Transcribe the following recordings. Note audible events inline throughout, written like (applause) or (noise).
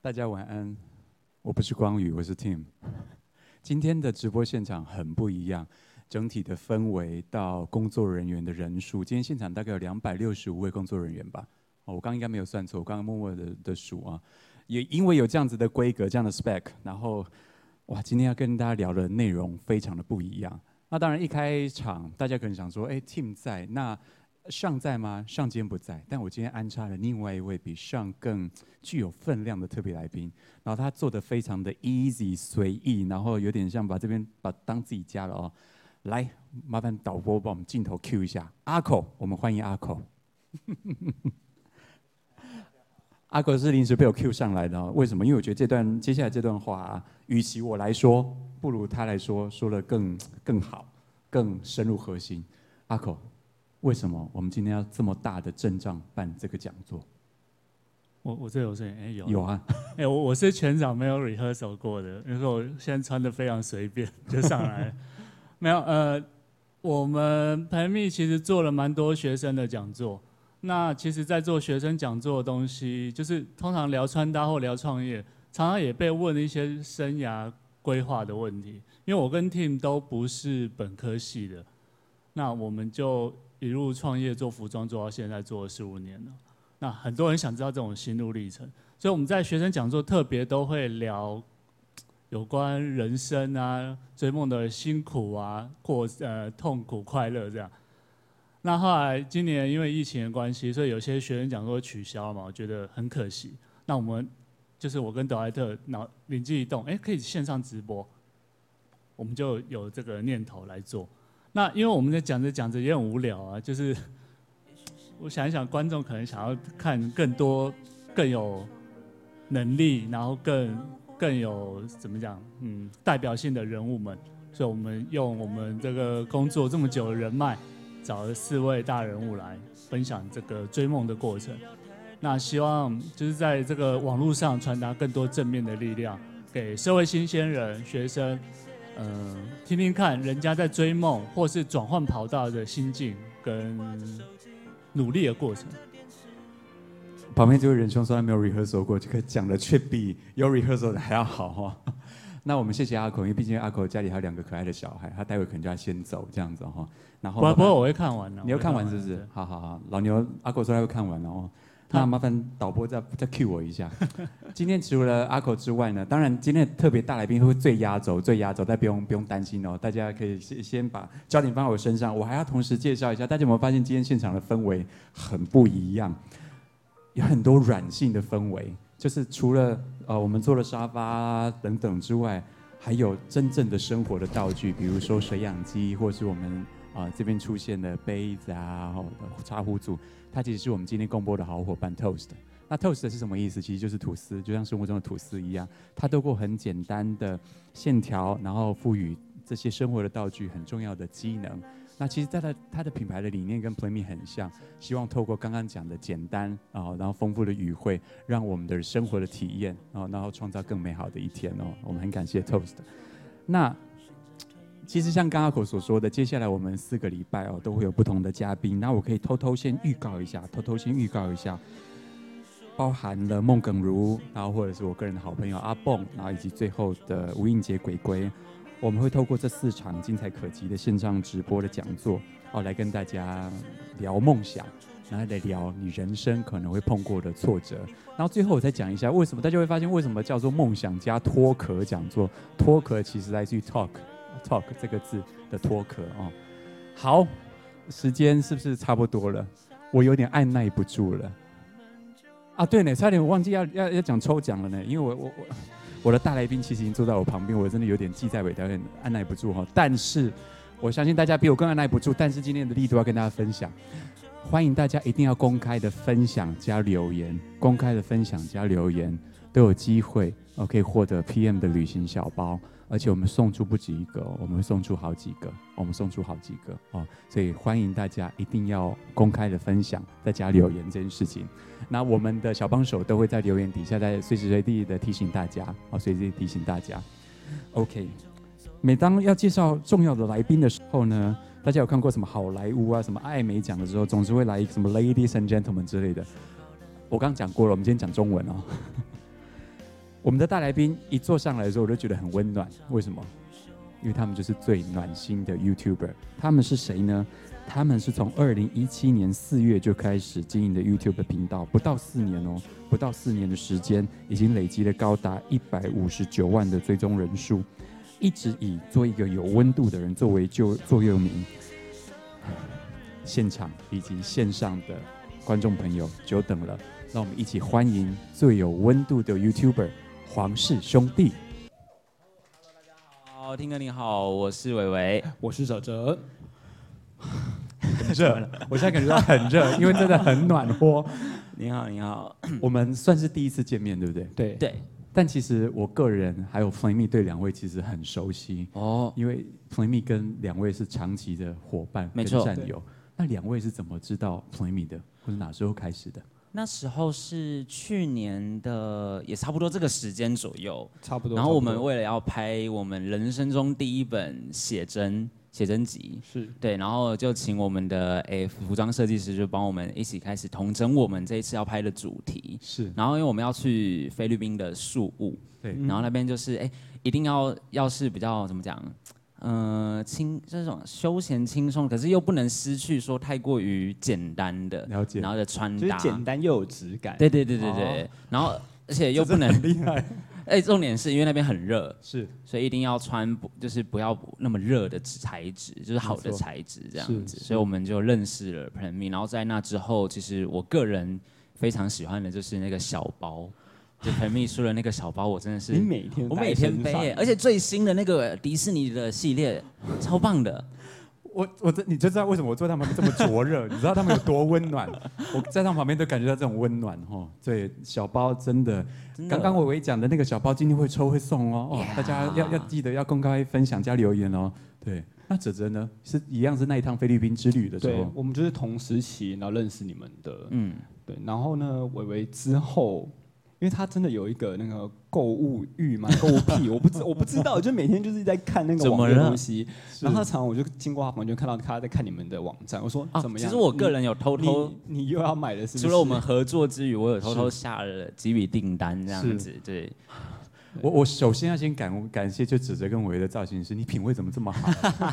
大家晚安，我不是光宇，我是 Tim。今天的直播现场很不一样，整体的氛围到工作人员的人数，今天现场大概有两百六十五位工作人员吧。哦，我刚应该没有算错，我刚刚默默的的数啊，也因为有这样子的规格、这样的 spec，然后哇，今天要跟大家聊的内容非常的不一样。那当然一开场大家可能想说，哎，Tim 在，那上在吗？上今天不在，但我今天安插了另外一位比上更具有分量的特别来宾，然后他做的非常的 easy 随意，然后有点像把这边把当自己家了哦。来，麻烦导播帮我们镜头 Q 一下阿口，我们欢迎阿口。 (laughs) 阿狗是临时被我 Q 上来的、哦，为什么？因为我觉得这段接下来这段话、啊，与其我来说，不如他来说，说的更更好，更深入核心。阿狗，为什么我们今天要这么大的阵仗办这个讲座？我我这有声音，哎、有有啊， (laughs) 哎、我我是全场没有 rehearsal 过的，因为我现在穿的非常随便就上来了，没有呃，我们培密其实做了蛮多学生的讲座，那其实，在做学生讲座的东西，就是通常聊穿搭或聊创业，常常也被问一些生涯规划的问题，因为我跟 Tim 都不是本科系的，那我们就一路创业做服装做到现在做了十五年了。那很多人想知道这种心路历程，所以我们在学生讲座特别都会聊有关人生啊、追梦的辛苦啊、过呃痛苦、快乐这样。那后来今年因为疫情的关系，所以有些学生讲座取消嘛，我觉得很可惜。那我们就是我跟德莱特脑灵机一动，哎、可以线上直播，我们就有这个念头来做。那因为我们在讲着讲着也很无聊啊，就是我想一想，观众可能想要看更多、更有能力，然后更更有怎么讲，嗯，代表性的人物们。所以我们用我们这个工作这么久的人脉，找了四位大人物来分享这个追梦的过程。那希望就是在这个网络上传达更多正面的力量，给社会新鲜人、学生，嗯、听听看人家在追梦或是转换跑道的心境跟努力的过程。旁边这位仁兄虽然没有 rehearsal 过，这个讲的却比有 rehearsal 的还要好哈、哦。 (laughs) 那我们谢谢阿口，因为毕竟阿口家里还有两个可爱的小孩，他待会可能就要先走这样子哈、哦。然后不不哦过我会看完的、你要看完是不是？好好好，老牛阿狗说他会看完了哦。那麻烦导播再再 cue 我一下。 (laughs) 今天除了阿口之外呢，当然今天的特别大来宾会最压轴，最压轴，但不用不用担心哦，大家可以先先把焦点放在我身上。我还要同时介绍一下，大家有没有发现今天现场的氛围很不一样？有很多软性的氛围，就是除了呃我们做了沙发等等之外，还有真正的生活的道具，比如说水养机，或是我们啊、呃这边出现的杯子啊、哦茶壶组，它其实是我们今天共播的好伙伴 Toast。那 Toast 是什么意思？其实就是吐司，就像生活中的吐司一样，它透过很简单的线条，然后赋予这些生活的道具很重要的机能。那其实它的它的品牌的理念跟 Playme 很像，希望透过刚刚讲的简单啊、然后丰富的语汇，让我们的生活的体验啊、然后创造更美好的一天哦。我们很感谢 Toast。那其实像刚刚口所说的，接下来我们四个礼拜哦都会有不同的嘉宾。那我可以偷偷先预告一下，偷偷先预告一下，包含了孟耿如，然后或者是我个人的好朋友阿蹦，然后以及最后的吴映洁鬼鬼，我们会透过这四场精彩可及的线上直播的讲座哦，来跟大家聊梦想，然后来聊你人生可能会碰过的挫折，然后最后我再讲一下为什么大家会发现为什么叫做梦想加脱壳讲座，脱壳其实来自于 talk talk 这个字的脱壳哦。好，时间是不是差不多了？我有点按耐不住了。啊，对呢，差点我忘记要要要讲抽奖了呢，因为我我我我的大来宾其实已经坐在我旁边，我真的有点记在尾，有点按耐不住哈、但是我相信大家比我更按耐不住，但是今天的力度要跟大家分享，欢迎大家一定要公开的分享加留言，公开的分享加留言都有机会哦，可以获得 PM 的旅行小包，而且我们送出不止一个哦，我们会送出好几个，我们送出好几个哦，所以欢迎大家一定要公开的分享，再加留言这件事情。那我们的小帮手都会在留言底下，在随时随地的提醒大家，哦，随时地提醒大家。OK，每当要介绍重要的来宾的时候呢，大家有看过什么好莱坞啊、什么艾美奖的时候，总是会来一个什么 Ladies and Gentlemen 之类的。我刚讲过了，我们今天讲中文哦。我们的大来宾一坐上来的时候，我就觉得很温暖。为什么？因为他们就是最暖心的 YouTuber。他们是谁呢？他们是从二零一七年四月就开始经营的 YouTube 频道，不到四年哦，不到四年的时间，已经累积了高达一百五十九万的追踪人数，一直以做一个有温度的人作为就座右铭。现场以及线上的观众朋友，久等了，让我们一起欢迎最有温度的 YouTuber 黄氏兄 (laughs) 弟。好，听哥你好，我是伟伟。我是 (laughs) 哲哲， (laughs) 热，我现在感觉到很热，因为真的很暖和。你好，你好。我们算是第一次见面，对不对？对 (laughs) 对，但其实我个人还有 Flammy 对两位其实很熟悉，哦，因为 Flammy 跟两位是长期的伙伴、没错战友。那两位是怎么知道 Flammy 的，或者哪时候开始的？那时候是去年的，也差不多这个时间左右。差不多。然后我差们不多为了要拍我们人生中第一本写真写真集，是对，然后就请我们的诶服装设计师就帮我们一起开始统整我们这一次要拍的主题。是然后因为我们要去菲律宾的宿务，对然后那边就是哎、一定要要是比较怎么讲，呃，轻这种休闲轻松，可是又不能失去说太过于简单的，了解然后的穿就是搭，简单又有质感。对对对对对，哦然后而且又不能厉害， (laughs) 哎、重点是因为那边很热，是所以一定要穿不就是不要那么热的材质，就是好的材质这样子。是所以我们就认识了 Plan Me，然后在那之后，其实我个人非常喜欢的就是那个小包，就 Plan Me 出了那个小包，我真的你是每天我带每天身背上耶，而且最新的那个迪士尼的系列超棒的，我我这你就知道为什么我坐他们这么灼热，你知道他们有多温暖。我在他们旁边都感觉到这种温暖哦。对，小包真的，真的刚刚伟伟讲的那个小包今天会抽会送哦，哦嗯 Yeah 大家要要记得要公开分享加留言哦。对，那哲哲呢，是一样是那一趟菲律宾之旅的时对候，，我们就是同时期，然后认识你们的。嗯，对，然后呢，伟伟之后，因为他真的有一个那个购物 (laughs) 欲嘛，购物癖，我不知我不知道，就每天就是在看那怎个么网页的了东西。然后他常常我就经过他房间，看到他在看你们的网站，我说啊，怎么其样？实我个人有偷你偷。你你又要买了是不是？除了我们合作之余，我有偷偷下了几笔订单，这样子，对，我我首先要先感感谢就哲哲跟伟伟的造型师，你品味怎么这么好？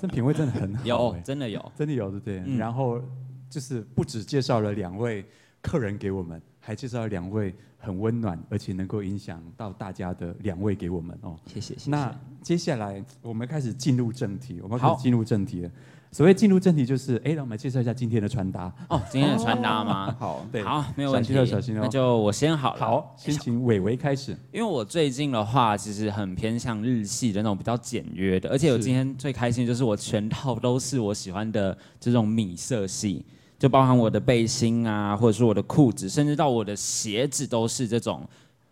这品味真的很好、有哎真的有，真的有的对。嗯然后就是不止介绍了两位客人给我们，还介绍了两位很温暖而且能够影响到大家的两位给我们哦。谢谢谢谢。那接下来我们开始进入正题，我们要好开始进入正题了。所谓进入正题，就是哎，让我们来介绍一下今天的穿搭。哦，今天的穿搭吗？好 (laughs) 对，好，没有问题，小心哦小心哦那就我先好了。好，先请伟伟开始。因为我最近的话，其实很偏向日系的那种比较简约的，而且我是今天最开心的就是我全套都是我喜欢的这种米色系，就包含我的背心啊，或者是我的裤子，甚至到我的鞋子都是这种，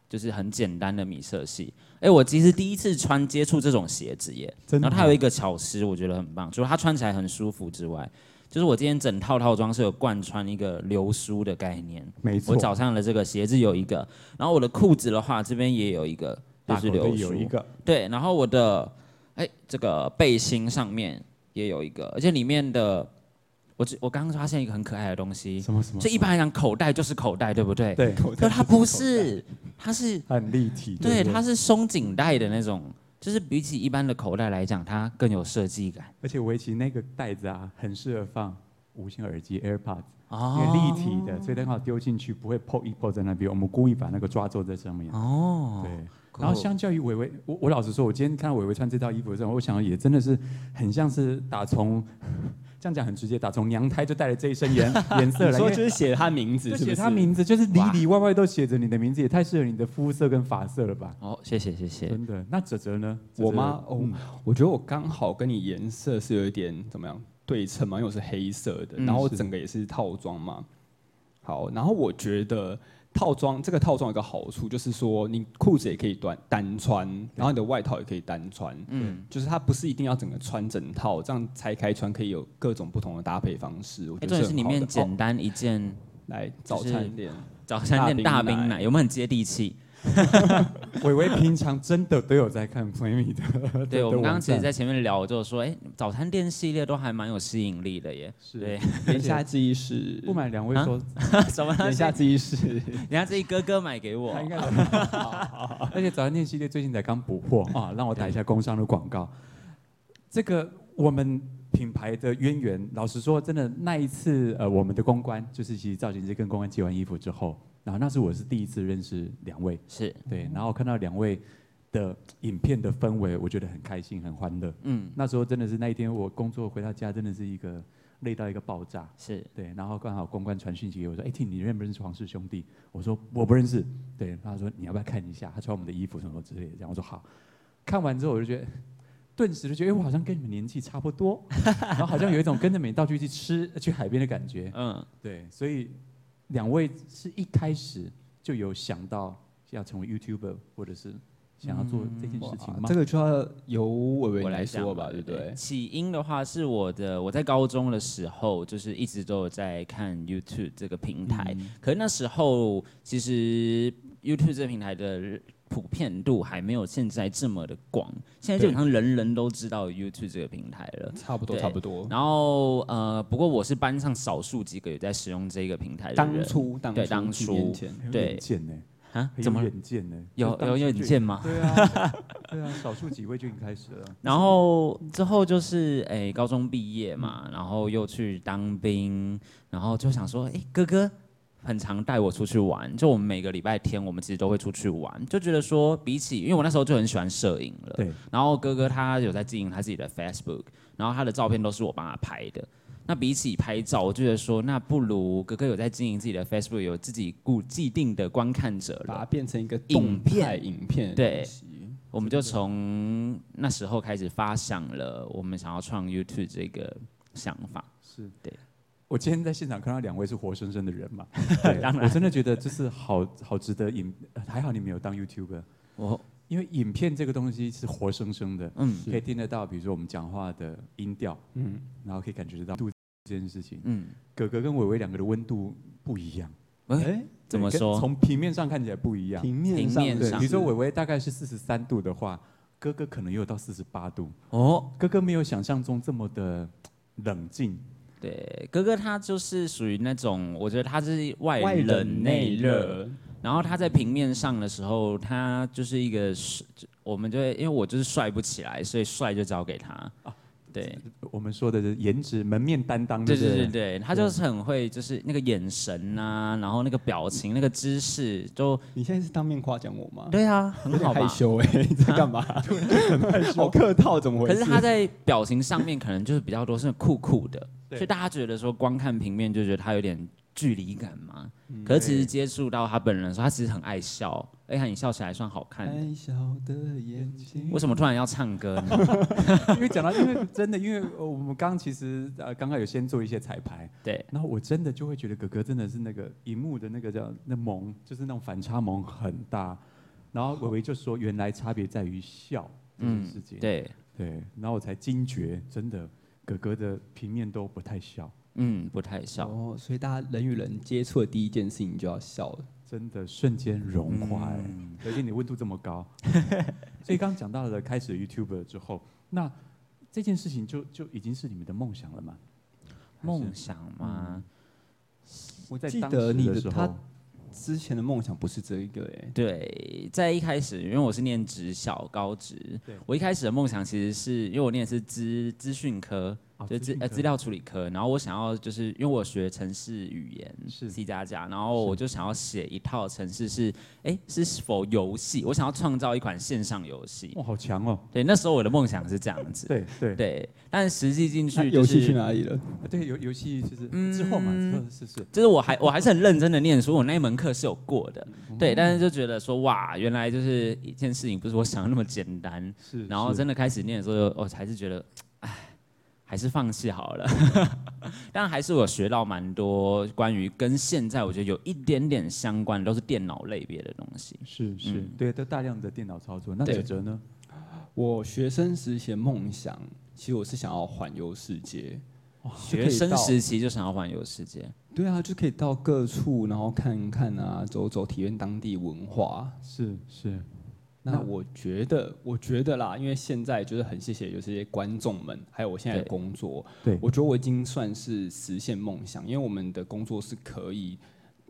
就是很简单的米色系。哎，我其实第一次穿接触这种鞋子耶，真的然后它有一个巧思，我觉得很棒，除了它穿起来很舒服之外，就是我今天整套套装是有贯穿一个流苏的概念。没我错，早上的这个鞋子有一个，然后我的裤子的话，这边也有一个，就大是口的流有苏一。个对，然后我的哎，这个背心上面也有一个，而且里面的我只我刚刚发现一个很可爱的东西，什么什么就，一般来讲口袋就是口袋，对不对？。对，可它不是，它是很立体。对，不它是松紧带的那种，就是比起一般的口袋来讲，它更有设计感。而且围棋那个袋子啊，很适合放无线耳机 AirPods。因为哦立体的，所以它刚好丢进去不会 p 一 p 在那边。我们故意把那个抓皱在上面。哦，对，酷然后相较于伟伟，我我老实说，我今天看到伟伟穿这套衣服的时候，我想也真的是很像是打从这样讲很直接，打从娘胎就带了这一身颜颜色你了。说因就为是写他名字就是不写是？他名字，就是里哇里外外都写着你的名字，也太适合你的肤色跟发色了吧？哦，谢谢谢谢。真的。那哲哲呢？我妈吗？哦，嗯我觉得我刚好跟你颜色是有一点怎么样对称嘛，因为我是黑色的，嗯然后我是整个也是套装嘛。好，然后我觉得套装这个套装有个好处，就是说你裤子也可以单单穿，然后你的外套也可以单穿，嗯，就是它不是一定要整个穿整套，这样拆开穿可以有各种不同的搭配方式。我哎觉重得点是里面很好的、简单一件哦哦来早餐店，早餐店大大冰奶冰奶，有没有很接地气？伟伟平常真的都有在看 Playme 的，对，我们刚刚其实，在在前面聊，我就说，哎、早餐店系列都还蛮有吸引力的 (laughs) 耶。对，言下之 (laughs) 意是不瞒两位说，什么？言等下下，之 (laughs) 意是等下这一哥哥买给我他。应该有 (laughs) 而且早餐店系列最近才刚补货啊，让我打一下工商的广告。这个我们品牌的渊源，老实说，真的那一次呃，我们的公关就是其实造型师跟公关借完衣服之后，然后那是我是第一次认识两位，是，对，然后看到两位的影片的氛围，我觉得很开心，很欢乐。嗯，那时候真的是那一天我工作回到家，真的是一个累到一个爆炸。是，对，然后刚好公关传讯息给我说：“哎、听你认不认识黄氏兄弟？”我说：“我不认识。”对，他说：“你要不要看一下？他穿我们的衣服什么之类的。”这样我说：“好。”看完之后我就觉得，顿时就觉得，哎、我好像跟你们年纪差不多，然后好像有一种跟着你们到处去吃、去海边的感觉。嗯，对，所以两位是一开始就有想到要成为 YouTuber，或者是想要做这件事情吗？这个就要由伟伟我你来讲说吧，对不对？起因的话是我的，我在高中的时候就是一直都有在看 YouTube 这个平台，嗯可是那时候其实 YouTube 这个平台的普遍度还没有现在这么的广，现在基本上人人都知道 YouTube 这个平台了。差不多，对差不多。然后呃，不过我是班上少数几个有在使用这个平台的当人。初，当初对当几初年前很有对远见呢，啊？很怎有么远见呢，有有有远引荐吗？ (laughs) 对啊，对啊，少数几位就已经开始 (laughs) 了。然后之后就是诶、高中毕业嘛，然后又去当兵，然后就想说，诶、哥哥很常带我出去玩，就我们每个礼拜天，我们其实都会出去玩，就觉得说，比起因为我那时候就很喜欢摄影了，对，然后哥哥他有在经营他自己的 Facebook，然后他的照片都是我帮他拍的。那比起拍照，我就觉得说，那不如哥哥有在经营自己的 Facebook，有自己固既定的观看者把了它。变成一个动态影片的对东西，我们就从那时候开始发想了，我们想要创 YouTube 这个想法。是对。我今天在现场看到两位是活生生的人 (laughs) 嘛，对当然我真的觉得就是好好值得影，还好你没有当 YouTuber，哦我因为影片这个东西是活生生的，嗯可以听得到，比如说我们讲话的音调，嗯，然后可以感觉得到度这件事情。嗯，哥哥跟伟伟两个的温度不一样，哎，怎么对跟说？从平面上看起来不一样。平面平上面的对，上比如说伟伟大概是四十三度的话，哥哥可能有到四十八度。哦，哥哥没有想象中这么的冷静，对，哥哥他就是属于那种，我觉得他是外外冷冷内内热，热，然后他在平面上的时候，他就是一个帅，我们就会因为我就是帅不起来，所以帅就交给他。啊对，我们说的是颜值门面担当，对不对对对，他就是很会，就是那个眼神啊，然后那个表情、那个姿势，就你现在是当面夸奖我吗？对啊，有很点好害吧。羞哎，你在 (laughs) 干嘛？好客套，怎么回可事？是他在表情上面可能就是比较多是酷酷的，对所以大家觉得说光看平面就觉得他有点距离感嘛。嗯可是其实接触到他本人的时候，他其实很爱笑，而且你笑起来算好看哎的。爱笑的眼睛为，什么突然要 (laughs) 唱歌呢？因为讲到，因为真的，因为呃我们刚其实呃刚刚有先做一些彩排，对，然后我真的就会觉得哥哥真的是那个荧幕的那个叫那萌，就是那种反差萌很大。然后伟伟就说，原来差别在于笑这件嗯事情。，对，对，然后我才惊觉，真的哥哥的平面都不太笑，嗯，不太笑。哦，所以大家人与人接触的第一件事情就要笑了。真的瞬间融化哎、嗯而且你温度这么 (laughs) 高，所以刚刚讲到了开始 YouTube 之后，那这件事情就就已经是你们的梦想了嘛？梦想嗯吗？我在记当得时你的的时他候，之前的梦想不是这一个哎，对，在一开始，因为我是念职校高职对，我一开始的梦想其实是因为我念的是资资讯科，哦就资讯呃科资料处理科，然后我想要就是因为我学城市语言是 C 加加，然后我就想要写一套城市是哎是否游戏，我想要创造一款线上游戏。哇，好强哦！对，那时候我的梦想是这样子。对对对对，但实际进那去就游戏去是。哪里了？对，游游戏就是之后嘛，之后是是就是我还我还是很认真的念书，我那一门课是有过的，哦对，但是就觉得说哇，原来就是一件事情不是我想的那么简单，是，然后是真的开始念的时候，我还是觉得，唉，还是放弃好了。 (laughs) 但还是我学到蛮多关于跟现在我觉得有一点点相关，都是电脑类别的东西。是是，对，都大量的电脑操作。那对哲哲呢？我学生时期的梦想，其实我是想要环游世界。哇就可学以生到时期就想要环游世界，对啊，就可以到各处，然后看看啊，走走，体验当地文化。是是，那那我觉得，我觉得啦，因为现在就是很谢谢，有这些观众们，还有我现在的对工作，对我觉得我已经算是实现梦想，因为我们的工作是可以，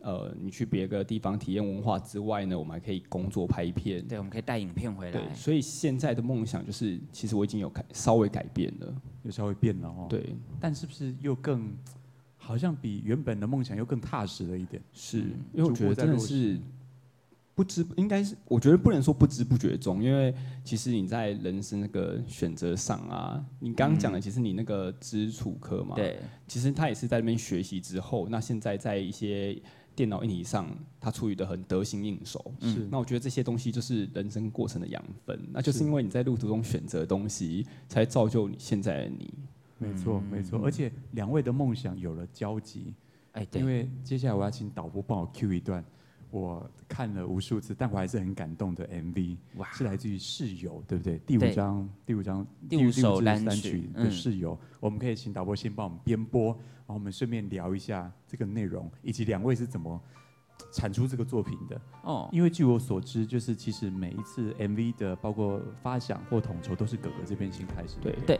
呃，你去别个地方体验文化之外呢，我们还可以工作拍片，对，我们可以带影片回来对，，所以现在的梦想就是，其实我已经有改稍微改变了，有稍微变了哦。，对，但是不是又更好像比原本的梦想又更踏实了一点？是嗯因为我主觉播得在真的落实是不知，应该是我觉得不能说不知不觉中，因为其实你在人生那个选择上啊，你刚刚讲的，其实你那个基础科嘛，，对，其实他也是在那边学习之后，那现在在一些电脑硬体上，他处理的很得心应手。嗯是那我觉得这些东西就是人生过程的养分，那就是是因为你在路途中选择的东西，才造就你现在的你。没错没错，而且两位的梦想有了交集，哎，对因，为接下来我要请导播帮我 cue 一段我看了无数次，但我还是很感动的 MV，哇是来自于《室友》，对不对？第五对张第五张第五首支单单曲曲的《嗯室友》，我们可以请导播先帮我们编播，然后我们顺便聊一下这个内容，以及两位是怎么产出这个作品的。哦，因为据我所知，就是其实每一次 MV 的包括发想或统筹都是哥哥这边先开始。对，对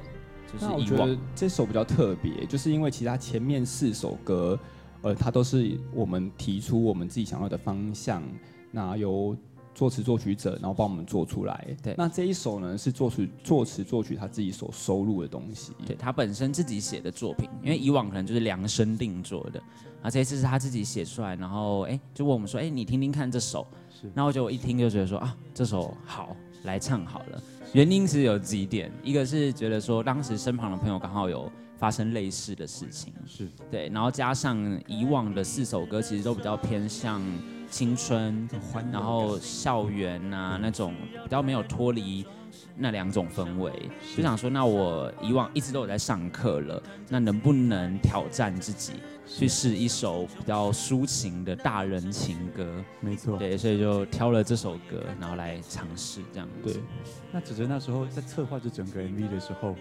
就是那我以觉往得这首比较特别，就是因为其他前面四首歌，呃，它都是我们提出我们自己想要的方向，那由作词作曲者然后帮我们做出来。对那这一首呢是作词作词作曲他自己所收录的东西。对他本身自己写的作品，因为以往可能就是量身定做的，然后这一次是他自己写出来，然后哎就问我们说，哎你听听看这首，是然后就我一听就觉得说啊这首好，来唱好了。原因是有几点，一个是觉得说当时身旁的朋友刚好有发生类似的事情，是对，然后加上以往的四首歌其实都比较偏向青春，欢然后校园啊那种比较没有脱离那两种氛围，就想说，那我以往一直都有在上课了，那能不能挑战自己，去试一首比较抒情的大人情歌？没错。对，所以就挑了这首歌，然后来尝试这样子。对，那指着那时候在策划这整个 MV 的时候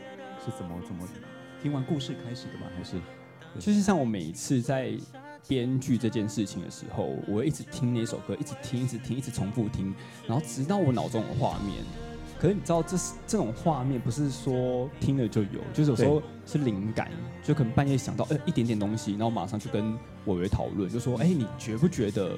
是怎么怎么听完故事开始的吗？还是就是像我每次在编剧这件事情的时候，我会一直听那首歌，一直听，一直听，一直重复听，然后直到我脑中有画面。可是你知道这，是这种画面不是说听了就有，就是有时候是灵感，就可能半夜想到呃一点点东西，然后马上就跟伟伟讨论，就说：“哎、你觉不觉得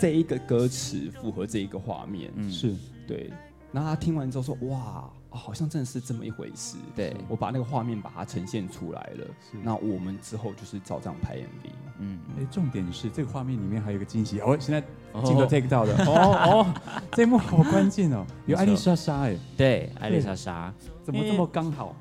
这一个歌词符合这一个画面？”嗯，是对。然后他听完之后说：“哇、哦好像真的是这么一回事。”对，我把那个画面把它呈现出来了。是那我们之后就是照这样拍 MV。嗯，哎，重点是这个画面里面还有一个惊喜哦，现在镜头哦， take 到了 (laughs) 哦哦，这一幕好关键 (laughs) 哦，有艾丽莎莎哎，对，艾丽莎莎。怎么这么刚好？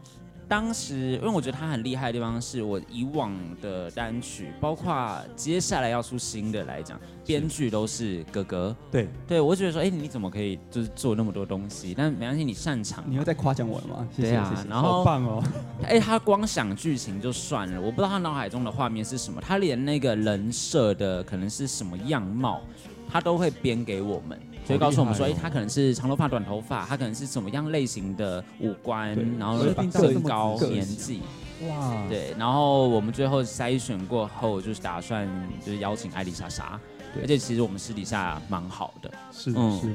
当时，因为我觉得他很厉害的地方是我以往的单曲，包括接下来要出新的来讲，编剧都是哥哥。对，对我觉得说，哎、你怎么可以就是做那么多东西？但没关系，你擅长你。要再夸奖我了吗？谢谢，对啊谢谢然后好棒哦，哎、他光想剧情就算了，我不知道他脑海中的画面是什么，他连那个人设的可能是什么样貌，他都会编给我们，所以告诉我们说，好厉哎、害哦他可能是长头发、短头发，他可能是什么样类型的五官对，然后我就听到这身么高、仔细年纪，哇，对，然后我们最后筛选过后，就是打算就是邀请艾丽莎莎，对而且其实我们私底下蛮好的，是嗯是，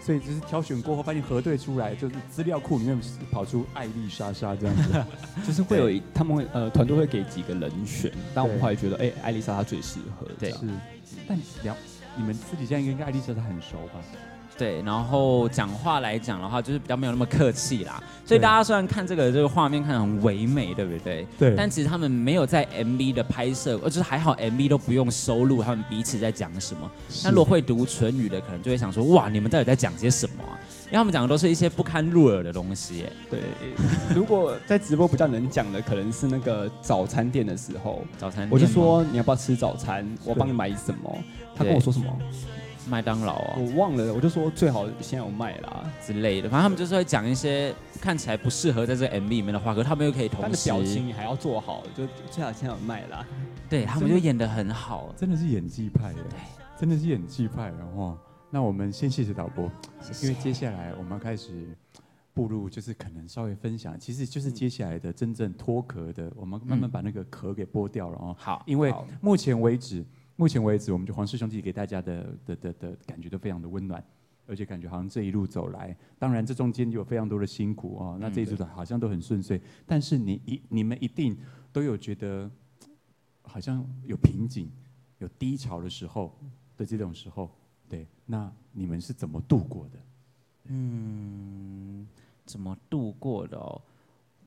所以就是挑选过后发现核对出来，就是资料库里面跑出艾丽莎莎这样子，就是会有一他们会呃团队会给几个人选，但我们对后来觉得，哎、艾丽莎她最适合对这样。是，但聊你们私底下应该跟艾丽莎莎很熟吧？对，然后讲话来讲的话，就是比较没有那么客气啦，所以大家虽然看这个这个画面看得很唯美，对不对？对但其实他们没有在 MV 的拍摄，呃，就是还好 MV 都不用收录他们彼此在讲什么。那如果会读唇语的，可能就会想说，哇，你们到底在讲些什么啊？因为他们讲的都是一些不堪入耳的东西耶。对，如果在直播比较能讲的，可能是那个早餐店的时候，早餐店吗我就说你要不要吃早餐，我帮你买什么。他跟我说什么，麦当劳哦我忘了，我就说最好现在有卖啦。之类的，反正他们就是会讲一些看起来不适合在这个 MV 里面的话，可是他们又可以同但的时，表情你还要做好，就最好现在有卖啦。对他们就演得很好。真的是演技派耶对，真的是演技派，然后那我们先谢谢导播，谢因为谢。接下来我们要开始步入就是可能稍微分享，其实就是接下来的真正脱壳的，我们慢慢把那个壳给剥掉了哦。好，因为好目前为止，目前为止，我们就黄氏兄弟给大家的的的的感觉都非常的温暖，而且感觉好像这一路走来，当然这中间有非常多的辛苦哦，嗯那这一路的好像都很顺遂，但是你一你们一定都有觉得嘖好像有瓶颈、有低潮的时候的这种时候，对，那你们是怎么度过的？怎么度过的哦？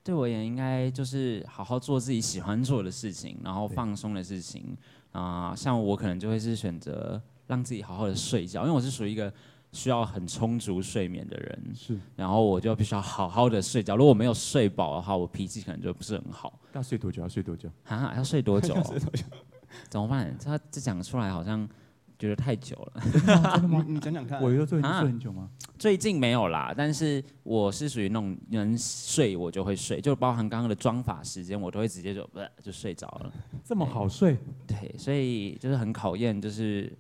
对我也应该就是好好做自己喜欢做的事情，然后对放松的事情啊、像我可能就会是选择让自己好好的睡觉，因为我是属于一个需要很充足睡眠的人，是然后我就必须要好好的睡觉。如果我没有睡饱的话，我脾气可能就不是很好。要睡多久？要睡多久？啊， (laughs) 要睡多久、怎么办？他这讲出来好像觉得太久了。 (laughs) 你你讲讲看，我有时候做你啊睡很久吗？最近没有啦，但是我是属于那种能睡我就会睡，就包含刚刚的妆发时间，我都会直接就不、就睡着了。这么好睡？对，所以就是很考验就是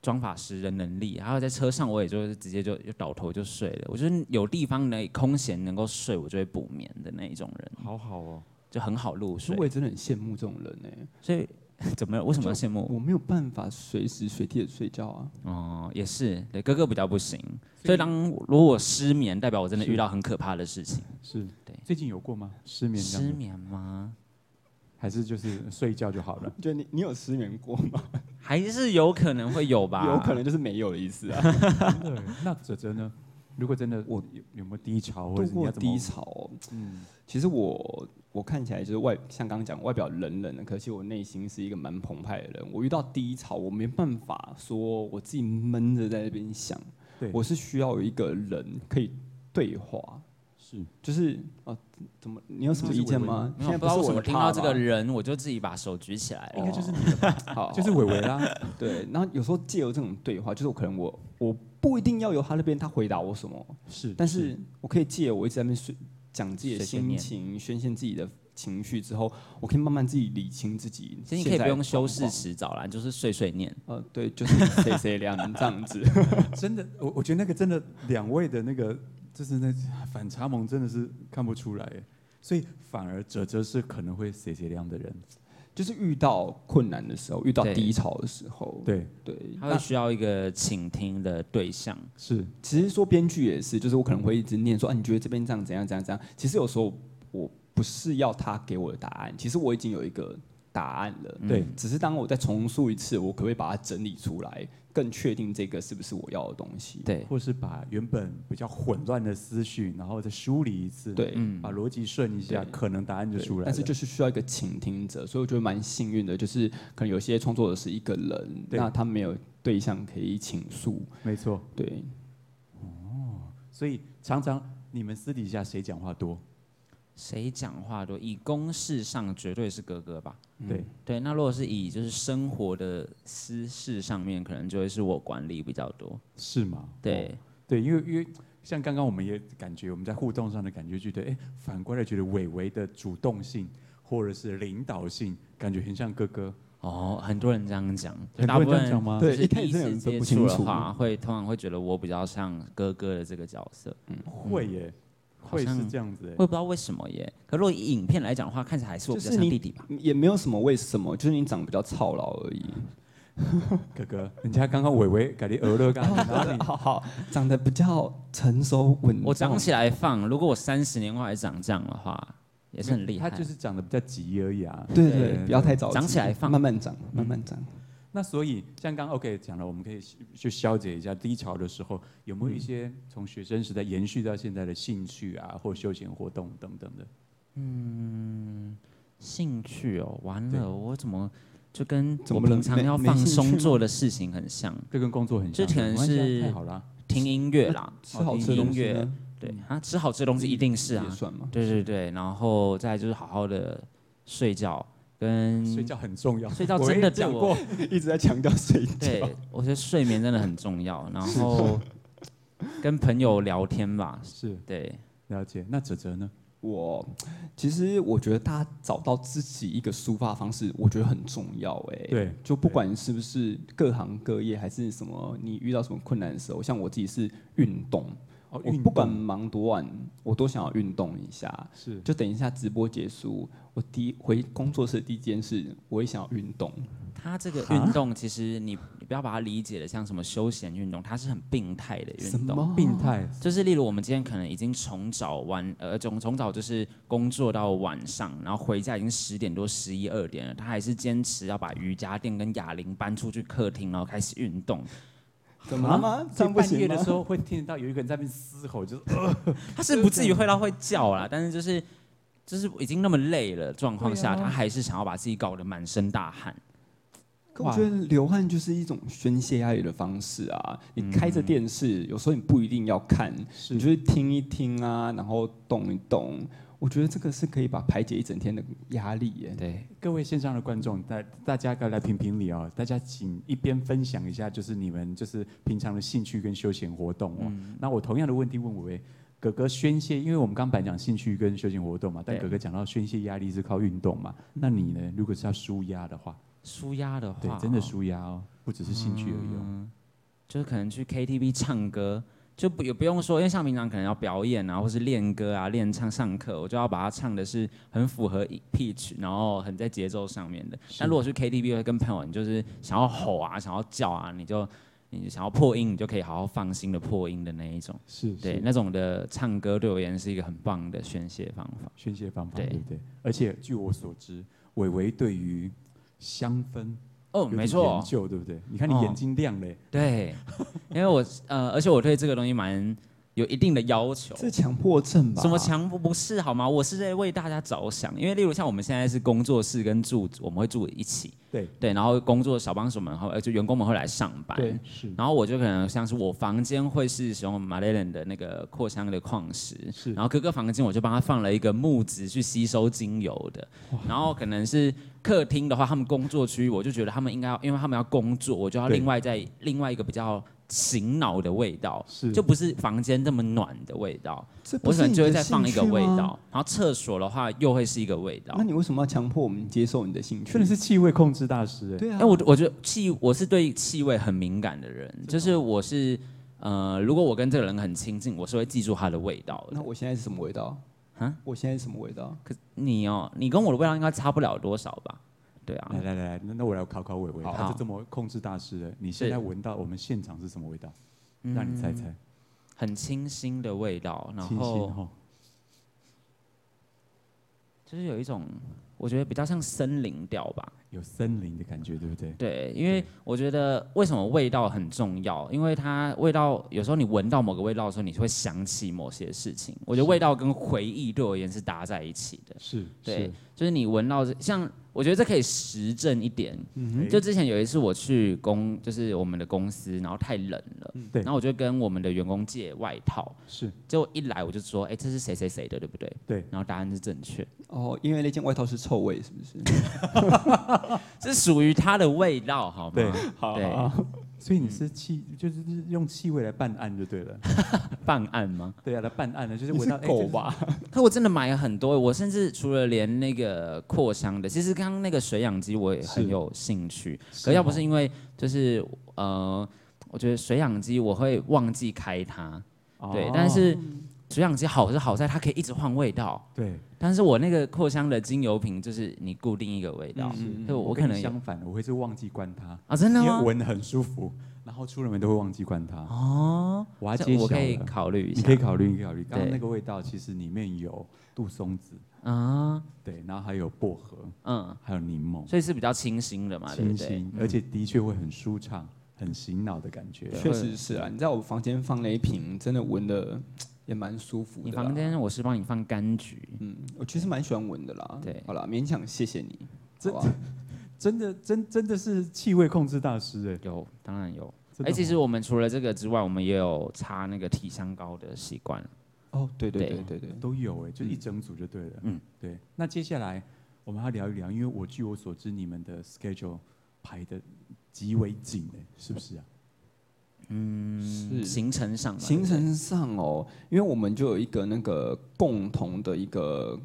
妆发师的能力。还有在车上，我也就是直接就就倒头就睡了。我就是有地方能空闲能够睡，我就会补眠的那一种人，好好哦，就很好入所睡以。我也真的很羡慕这种人哎、所以 (laughs) 怎么了为什么要羡慕？我没有办法随时随地的睡觉啊。哦，也是，对，哥哥比较不行，所以当如果我失眠，代表我真的遇到很可怕的事情。是对最近有过吗？失眠这样失子？眠吗？还是就是睡觉就好了？就你你有失眠过吗？还是有可能会有吧？有可能就是没有的意思啊。对，那哲哲呢？如果真的我我有有没有低潮，或度者是你过要怎么低？潮哦、嗯，其实我我看起来就是外像刚刚讲外表冷冷的，可惜我内心是一个蛮澎湃的人。我遇到低潮，我没办法说我自己闷着在那边想，对我是需要有一个人可以对话。是就是哦、怎么你有什么意见吗？没有，不知道是为什我么的听趴到这吗哦个人，我就自己把手举起来应了。该就是你的吧，好，就是伟伟啦。对，然后有时候借由这种对话，就是我可能我我不一定要由他那边他回答我什么，是，但 (laughs) 是我可以借由我一直在那边睡讲自己的碎碎心念情，宣泄自己的情绪之后，我可以慢慢自己理清自己。其实你可以不用修饰。词藻啦，你就是碎碎念。呃，对，就是谁谁凉这样子。 (laughs) 真的，我我觉得那个真的两位的那个就是那反差萌真的是看不出来耶，所以反而哲哲是可能会谁谁亮的人。就是遇到困难的时候，遇到对低潮的时候，对，对，他那会需要一个倾听的对象，是其实说编剧也是，就是我可能会一直念说，啊，你觉得这边这样怎样怎样怎样。其实有时候我不是要他给我的答案，其实我已经有一个答案了。对只是当我再重述一次，我可不可以把它整理出来，更确定这个是不是我要的东西？对，或是把原本比较混乱的思绪，然后再梳理一次，，对，嗯，把逻辑顺一下，对可能答案就对出来了。但是就是需要一个倾听者，所以我觉得蛮幸运的，就是可能有些创作者是一个人，对那他没有对象可以倾诉，没错，对，所以常常你们私底下谁讲话多？谁讲话多？以公事上绝对是哥哥吧。嗯对，对，那如果是以就是生活的私事上面，可能就会是我管理比较多。是吗？哦对，对，因为因为像刚刚我们也感觉我们在互动上的感觉，觉得哎，反过来觉得伟伟的主动性或者是领导性，感觉很像哥哥。哦，很多人这样讲，就很大多部人这分样讲吗就是对一开第始一真的次很分接不触的清楚话，会通常会觉得我比较像哥哥的这个角色，会耶，嗯好会像是这样子耶我也。不知道为什么耶。可如果以影片来讲的话，看起来还是我就比较是像你弟弟吧。也没有什么为什么，就是你长得比较操劳而已。哥哥，人家刚刚伟伟改的俄勒干，然后你好好，长得比较成熟稳重。我长起来放，如果我三十年后还长这样的话， (laughs) 也是很厉害。他就是长得比较急而已啊。对对对对对，不要太早长起来放慢慢长，慢慢长。那所以像刚刚 OK 讲了，我们可以去消解一下低潮的时候，有没有一些嗯从学生时代延续到现在的兴趣啊，或休闲活动等等的？兴趣哦，完对了，我怎么就跟怎我么了平常没要没放兴趣松吗做的事情很像，这跟工作很像，这可能没关系啊是太好了。听音乐啦， (laughs) 哦吃好吃的听东音西嗯乐呢，对啊，吃好吃的东西一定是啊也，算吗？对对对，然后再来就是好好的睡觉跟睡觉很重要，嗯睡觉我真也的对讲我过，一直在强调睡对觉。，我觉得睡眠真的很重要。然后跟朋友聊天吧，是对，了解。那哲哲呢？我其实我觉得大家找到自己一个抒发方式，我觉得很重要。哎，，对，就不管是不是各行各业还是什么，你遇到什么困难的时候，像我自己是运动。哦，我运不管动忙多晚，我都想要运动一下。是就等一下直播结束，我第一回工作室的第一件事，我也想要运动。它这个哈运动，其实你你不要把它理解的像什么休闲运动，它是很病态的运动。病态，就是例如我们今天可能已经从早晚呃从从早就是工作到晚呃上，然后回家已经十点多十一二点了，他还是坚持要把瑜伽垫跟哑铃搬出去客厅，然后开始 (laughs) 运动。怎么了吗？这样不半夜行吗的时？候会听得到有一个人在那边嘶吼， (laughs) 就是他是不至于会到会叫啦，但是就是就是已经那么累了状况啊下，他还是想要把自己搞得满身大汗。可我觉得流汗就是一种宣泄压力的方式啊。你开着电视，有时候你不一定要看，你就是听一听啊，然后动一动。我觉得这个是可以把排解一整天的压力耶。对，各位线上的观众，大大家该来评评理哦。大家请一边分享一下，就是你们就是平常的兴趣跟休闲活动哦。嗯那我同样的问题问伟哥哥宣泄，因为我们刚才讲兴趣跟休闲活动嘛，但对嗯哥哥讲到宣泄压力是靠运动嘛，那你呢？如果是要舒压的话，舒压的话，对，真的舒压哦，不只是兴趣而已嗯哦。就是可能去 KTV 唱歌，就不也不用说，因为像平常可能要表演啊，或是练歌啊、练唱上课，我就要把它唱的是很符合 pitch，然后很在节奏上面的。但如果去 KTV 会跟朋友，你就是想要吼啊、想要叫啊，你就你想要破音，你就可以好好放心的破音的那一种。是，对，是那种的唱歌对我而言是一个很棒的宣泄方法。宣泄方法，对对不对？而且据我所知，伟伟对于香氛哦，有点没错研，究对不对？你看你哦眼睛亮嘞，对，因为我呃，而且我对这个东西蛮有一定的要求。这强迫症吧？什么？强不不是好吗？我是在为大家着想，因为例如像我们现在是工作室跟住，我们会住一起，对对，然后工作小帮手们会，呃，就员工们会来上班，对是。然后我就可能像是我房间会是使用马雷伦的那个扩香的矿石，是然后哥哥房间我就帮他放了一个木质去吸收精油的，然后可能是客厅的话，他们工作区域我就觉得他们应该要，因为他们要工作，我就要对另外在另外一个比较醒脑的味道，是就不是房间那么暖的味道，这我不可是能你就会的再放一个兴趣味吗。道，然后厕所的话又会是一个味道那。你为什么要强迫我们接受你的兴趣？真的是气味控制大师哎、对啊。哎，我我觉得气，我是对气味很敏感的人，哦就是我是呃，如果我跟这个人很亲近，我是会记住他的味道那的。我现在是什么味道？啊，我现在是什么味道？可你哦，你跟我的味道应该差不了多少吧？对啊来，哎来来来，那那我来考考伟伟，好他是这么控制大师的，你现在闻到我们现场是什么味道？让你猜猜，很清新的味道，嗯然清新哦后哈，就是有一种我觉得比较像森林调吧。有森林的感觉，对不对？对，因为我觉得为什么味道很重要？因为它味道有时候你闻到某个味道的时候，你会想起某些事情。我觉得味道跟回忆对我而言是搭在一起的，是，对，就是你闻到这像。我觉得这可以实证一点，嗯就之前有一次我去公，就是我们的公司，然后太冷了，嗯对然后我就跟我们的员工借外套，是结果一来我就说，哎、这是谁谁谁的，对不对？对，然后答案是正确，哦，因为那件外套是臭味，是 (laughs) 不是？这属于它的味道，好吗？对，好对啊所以你是气，就是用气味来办案就对了。 (laughs) 办案吗？对啊，来办案的，就是你闻是到哎狗？吧？可我真的买了很多，我甚至除了连那个扩香的，其实刚刚那个水氧机我也很是有兴趣。是可要不哦是因为就是呃，我觉得水氧机我会忘记开它，就是对。哦但是水氧机好是好在它可以一直换味道，对，但是我那个扩香的精油瓶就是你固定一个味道，嗯嗯嗯对我跟你可能也相反，我会是忘记关它，啊真的因为吗？闻得很舒服，然后出了门都会忘记关它。哦，我要这揭我可以晓了。考虑一你下可以考虑，你可以考虑。刚刚对那个味道其实里面有杜松子，啊，对，然后还有薄荷，嗯，还有柠檬，所以是比较清新的嘛，对不清对嗯新？，而且的啊确会很舒畅、很醒脑的感觉。确实是啊，你在我房间放那一瓶，真的闻的也蛮舒服你的啦。啊房间我是帮你放柑橘，嗯，我其实蛮喜欢闻的啦。对好啦，勉强谢谢你。真好吧真的，真真的是气味控制大师哎、有当然有。真的哎、哦其实好我们除了这个之外，我们也有擦那个体香膏的习惯。哦，对对对对对对，都有哎、就一整组就对了。嗯嗯，对。那接下来我们要聊一聊，因为我据我所知，你们的 schedule 排的极为紧哎、是不是啊？嗯，是行程上嘛，行对不对程上哦，因为我们就有一个那个共同的一个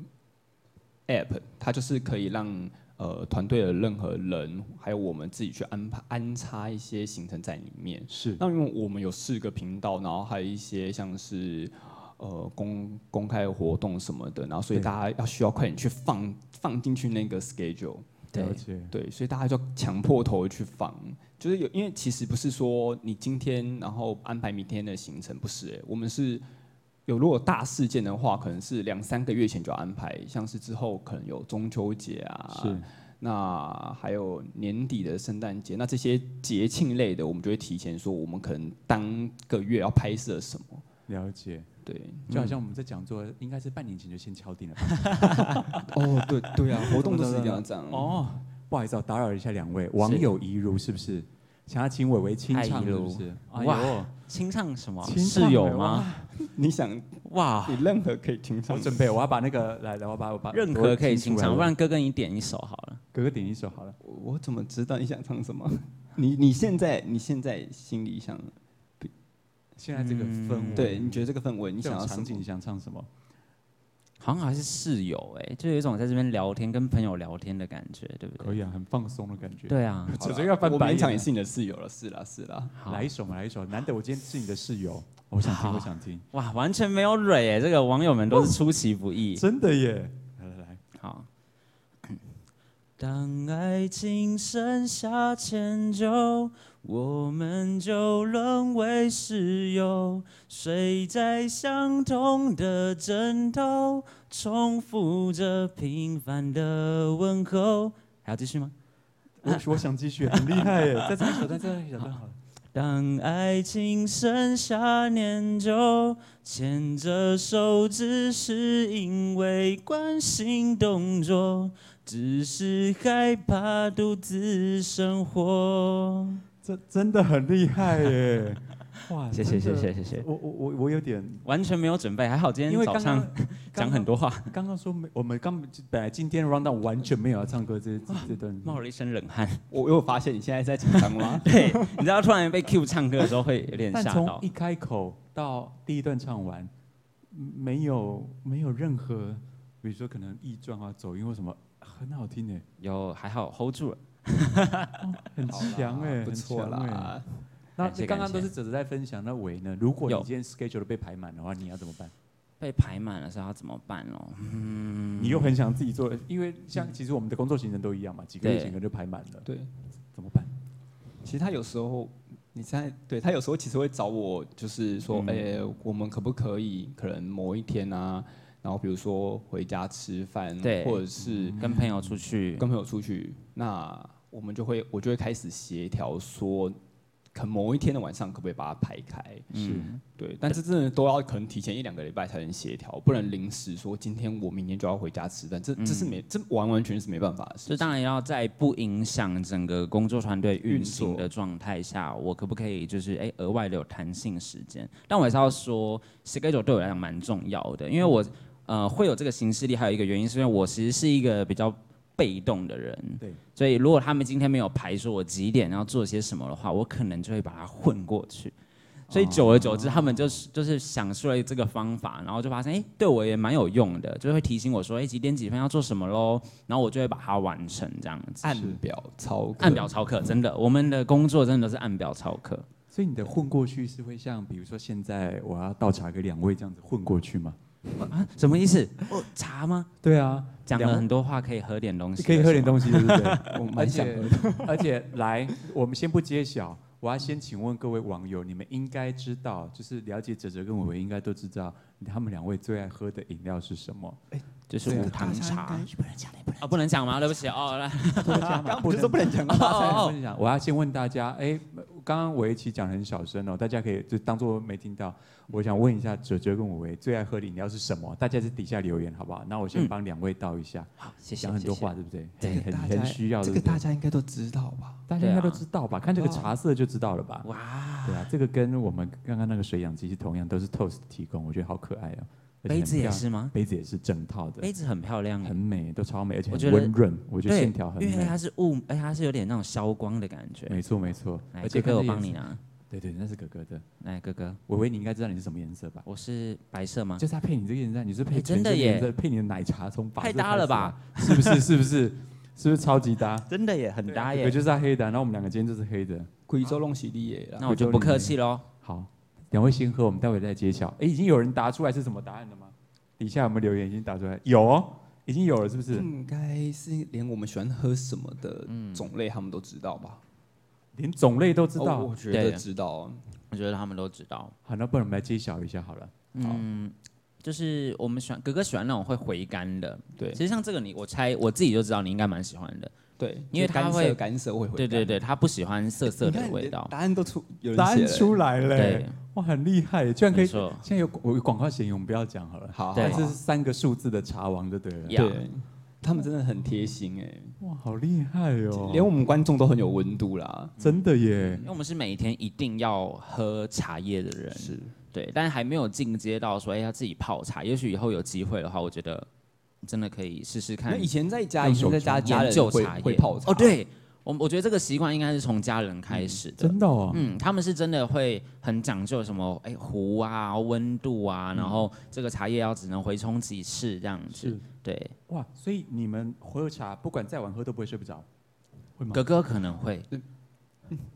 app，它就是可以让呃团队的任何人，还有我们自己去安排安插一些行程在里面。是那因为我们有四个频道，然后还有一些像是呃公公开活动什么的，然后所以对大家要需要快点去放放进去那个 schedule。对了解，对，所以大家就要强迫头去放，就是有，因为其实不是说你今天然后安排明天的行程，不是、欸，我们是有如果大事件的话，可能是两三个月前就要安排，像是之后可能有中秋节啊，是那还有年底的圣诞节，那这些节庆类的，我们就会提前说我们可能当个月要拍摄什么，了解，对，就好像我们在讲座，应该是半年前就先敲定了吧。哦，对对啊， (laughs) 活动懂都是懂一定要懂这样，哦，不好意思、哦，打扰一下两位，网友怡如是不是？想要请伟伟清唱是不是？嗨哎怡如呦，清唱什么？清唱室友哎吗？你想哇，你任何可以听上我准备我要把那个来来，我把我把任何可以清清唱唱，，不然哥哥你点一首好了。哥哥点一首好了。我我怎么知道你想唱 (laughs) 什么？你你现在你现在心里想，嗯现在这个氛围，嗯对，你觉得这个氛围，你你想想要什场么景你想唱什么？好像还是室友哎、就有一种在这边聊天、跟朋友聊天的感觉，对不对？可以啊，很放松的感觉。，对啊，好啦只是要翻我白勉强眼也啊是你的室友了，是啦是啦。 (laughs) 好来一首嘛，来一首。难得我今天是你的室友，我想听，好我想听，哇，完全没有蕊哎、这个网友们都是出其不意。真的耶！来来来，好，当爱情剩下迁就，我们就沦为室友，睡在相同的枕头，重复着平凡的问候。还要继续吗？我我想继 (laughs) 续，很厉害耶！再唱一首，再唱一首，好了。当爱情剩下念旧，牵着手只是因为关心动作，只是害怕独自生活。这真的很厉害耶！哇， (laughs) 谢谢谢真的谢谢谢，我我我我有点，完全没有准备，还好今因天为早刚上刚讲很，多话，刚刚刚刚说没，我们刚本来今天 round down 完全没有要唱歌这这这段，啊冒了一身冷 (laughs) 汗。？我我有发现你现在在紧张吗对，你知道突然被 Q 唱歌的时候会有点 (laughs) 但吓从到一。开口到第一段唱完，嗯没有没有任何，比如说可能异状啊、走音或什么，很好听诶，有还好 hold 住了， (laughs) 很好啦强诶，不很错强欸诶。啦。那感谢刚感刚都谢是只是在分享，那伟呢？如果你有今天 schedule 被排满的话，你要怎么办？被排满了是要怎么办哦？嗯，你又很想自己做，因为像其实我们的工作行程都一样嘛，几个月对前可能就排满了，对，怎么办？其实他有时候你在对他有时候其实会找我，就是说，嗯哎、我们可不可以可能某一天啊，然后比如说回家吃饭，对或者嗯是跟朋友出去，跟朋友出去，那我们就会我就会开始协调说，可能某一天的晚上可不可以把它排开？嗯，对，但是真的都要可能提前一两个礼拜才能协调，不能临时说今天我明天就要回家吃饭，嗯这这是没这完完全是没办法的事这情。当然要在不影响整个工作团队运行运作的状态下，我可不可以就是哎额外的有弹性时间？但我还是要说，schedule 对我来讲蛮重要的，因为我呃会有这个行事力，还有一个原因是因为我其实是一个比较被动的人，对，所以如果他们今天没有排说我几点要做些什么的话，我可能就会把它混过去。所以久而久之，他们就是就是想出了这个方法，然后就发现，哎、对我也蛮有用的，就会提醒我说，哎、几点几分要做什么喽，然后我就会把它完成这样子。按表操课按表操课，真的，我们的工作真的都是按表操课。所以你的混过去是会像，比如说现在我要倒茶给两位这样子混过去吗？啊，什么意思？哦，茶吗？对啊，讲了两很多话，可以喝点东西，可以喝点西。东西，对 (laughs) 不对？我而蛮想且而且来，我们先不揭晓，我要先请问各位网友，你们应该知道，就是了解哲哲跟伟伟应该都知道，他们两位最爱喝的饮料是什么？就是无糖茶。啊，不能讲吗？ (laughs) 对不起 (laughs) 哦，来，哦刚刚不是说不能讲我吗？要先问一 (laughs) 下啊我要先问大家，哎，刚刚维奇讲得很小声哦，大家可以就当做没听到。我想问一下哲哲跟伟伟最爱喝的饮料是什么？大家在底下留言好不好？那我先嗯帮两位倒一下， (laughs) 好，哦谢谢。讲很多谢谢话，对不对？对很大很家需哦要， (laughs) 这对个不对大家应该都知道吧？大家应该都对啊知道吧？看这个哇茶色就知道了吧？哇对，啊，这个跟我们刚刚那个水养机是同样，都是 Toast 提供，我觉得好可爱哦、而且很杯子也漂是吗？杯子也是整套的杯，子很漂亮耶，很美，都超美，而且我觉很得温润，我觉得对线条很因为美。它是雾，而且它是有点那种消光的感觉。没错没错，来，而哥且看哥，我这帮颜你色。拿。对对，那是哥哥的。来，哥哥，伟伟，你应该知道你是什么颜色吧？我是白色吗？就是他配你这个颜色，你是配哎全真身的耶颜色，配你的奶茶从白色太搭开了始啊吧？是不是？是不是？是不是超级搭？真的也很 (laughs) 搭我耶。啊就是要黑的，然后我们两个今天就是黑的。贵州弄洗地耶啦。啊那我就不客气喽。好，两位先喝，我们待会再揭晓。哎，已经有人答出来是什么答案了吗？底下有没有留言已经答出来？有哦，已经有了，是不是？应该是连我们喜欢喝什么的种类他们都知道吧？连种类都知道。哦我觉对得知道。我觉得他们都知道，嗯好，那不然我们来揭晓一下好了。就是我们喜欢哥哥喜欢那种会回甘的。对其实像这个你，我猜我自己就知道你应该蛮喜欢的。对，因为它干会涉干涉会回对对对，他不喜欢涩涩的味道。答案都出，有人答写案了耶出来了对耶，哇，很厉害耶，居然可以。没错现在有我有广告嫌疑，我们不要讲好了。好，对但好是三个数字的茶王就对了。 Yeah 对，他们真的很贴心哎，哇，好厉害哦！连我们嗯观众都很有温度啦。真的耶因，为我们是每天一定要喝茶叶的人，是，对，但还没有进阶到说，哎、要自己泡茶。也许以后有机会的话，我觉得真的可以试试那看。以前在家，用以手前在家家研人究会茶叶会泡茶哦，，对我我觉得这个习惯应该是从家人开始的。真的哦。嗯，他们是真的会很讲究什么，哎、壶啊、温度啊，嗯然后这个茶叶要只能回冲几次这样子是。对，哇，所以你们喝茶，不管再晚喝都不会睡不着，会吗？哥哥可能会，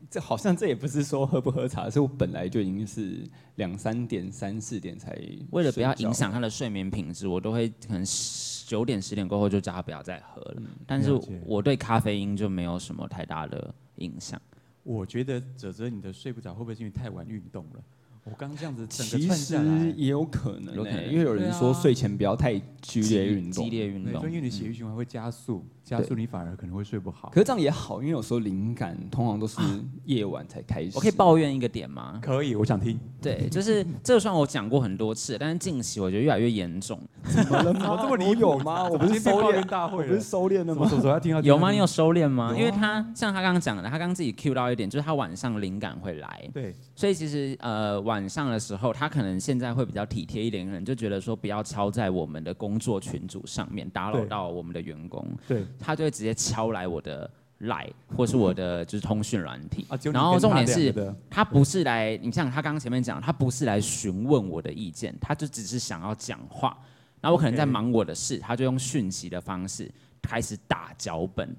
这好像这也不是说喝不喝茶，是我本来就已经是两三点、三四点才为了不要睡觉影，响他的睡眠品质，我都会可能10九点十点过后就叫他不要再喝嗯了。但是了解我对咖啡因就没有什么太大的影响。我觉得哲哲你的睡不着，会不会是因为太晚运动了？我刚这样子整个其串实下来，也有可能有可欸，能因为有人对说啊睡前不要太剧烈运动激，烈运对，动就因，为你血液循环会加速，加速你反而可能会睡不好可。是这样也好，因为有时候灵感通常都是夜晚才开始。啊我可以抱怨一个点吗？可以，我想听。对，就是这个虽然我讲过很多次，但是近期我觉得越来越严重。 (laughs) 怎么了吗？这么离有吗？我不是今天收变抱敛怨，大我会不是了。收敛的什么吗？什么要听到有吗？你有？收敛吗？有啊因为他像他刚刚讲的，他刚刚自己 cue 到一点，就是他晚上灵感会来，对，所以其实呃晚上的时候，他可能现在会比较体贴一点，可能就觉得说不要敲在我们的工作群组上面，打扰对到我们的员工，对，他就会直接敲来我的 line 或是我的就是通讯软体啊，只有，你然后跟重他点两是个的他不是来，你像他刚刚前面讲，他不是来询问我的意见，他就只是想要讲话。然后我可能在 OK 忙我的事，他就用讯息的方式开始打脚本，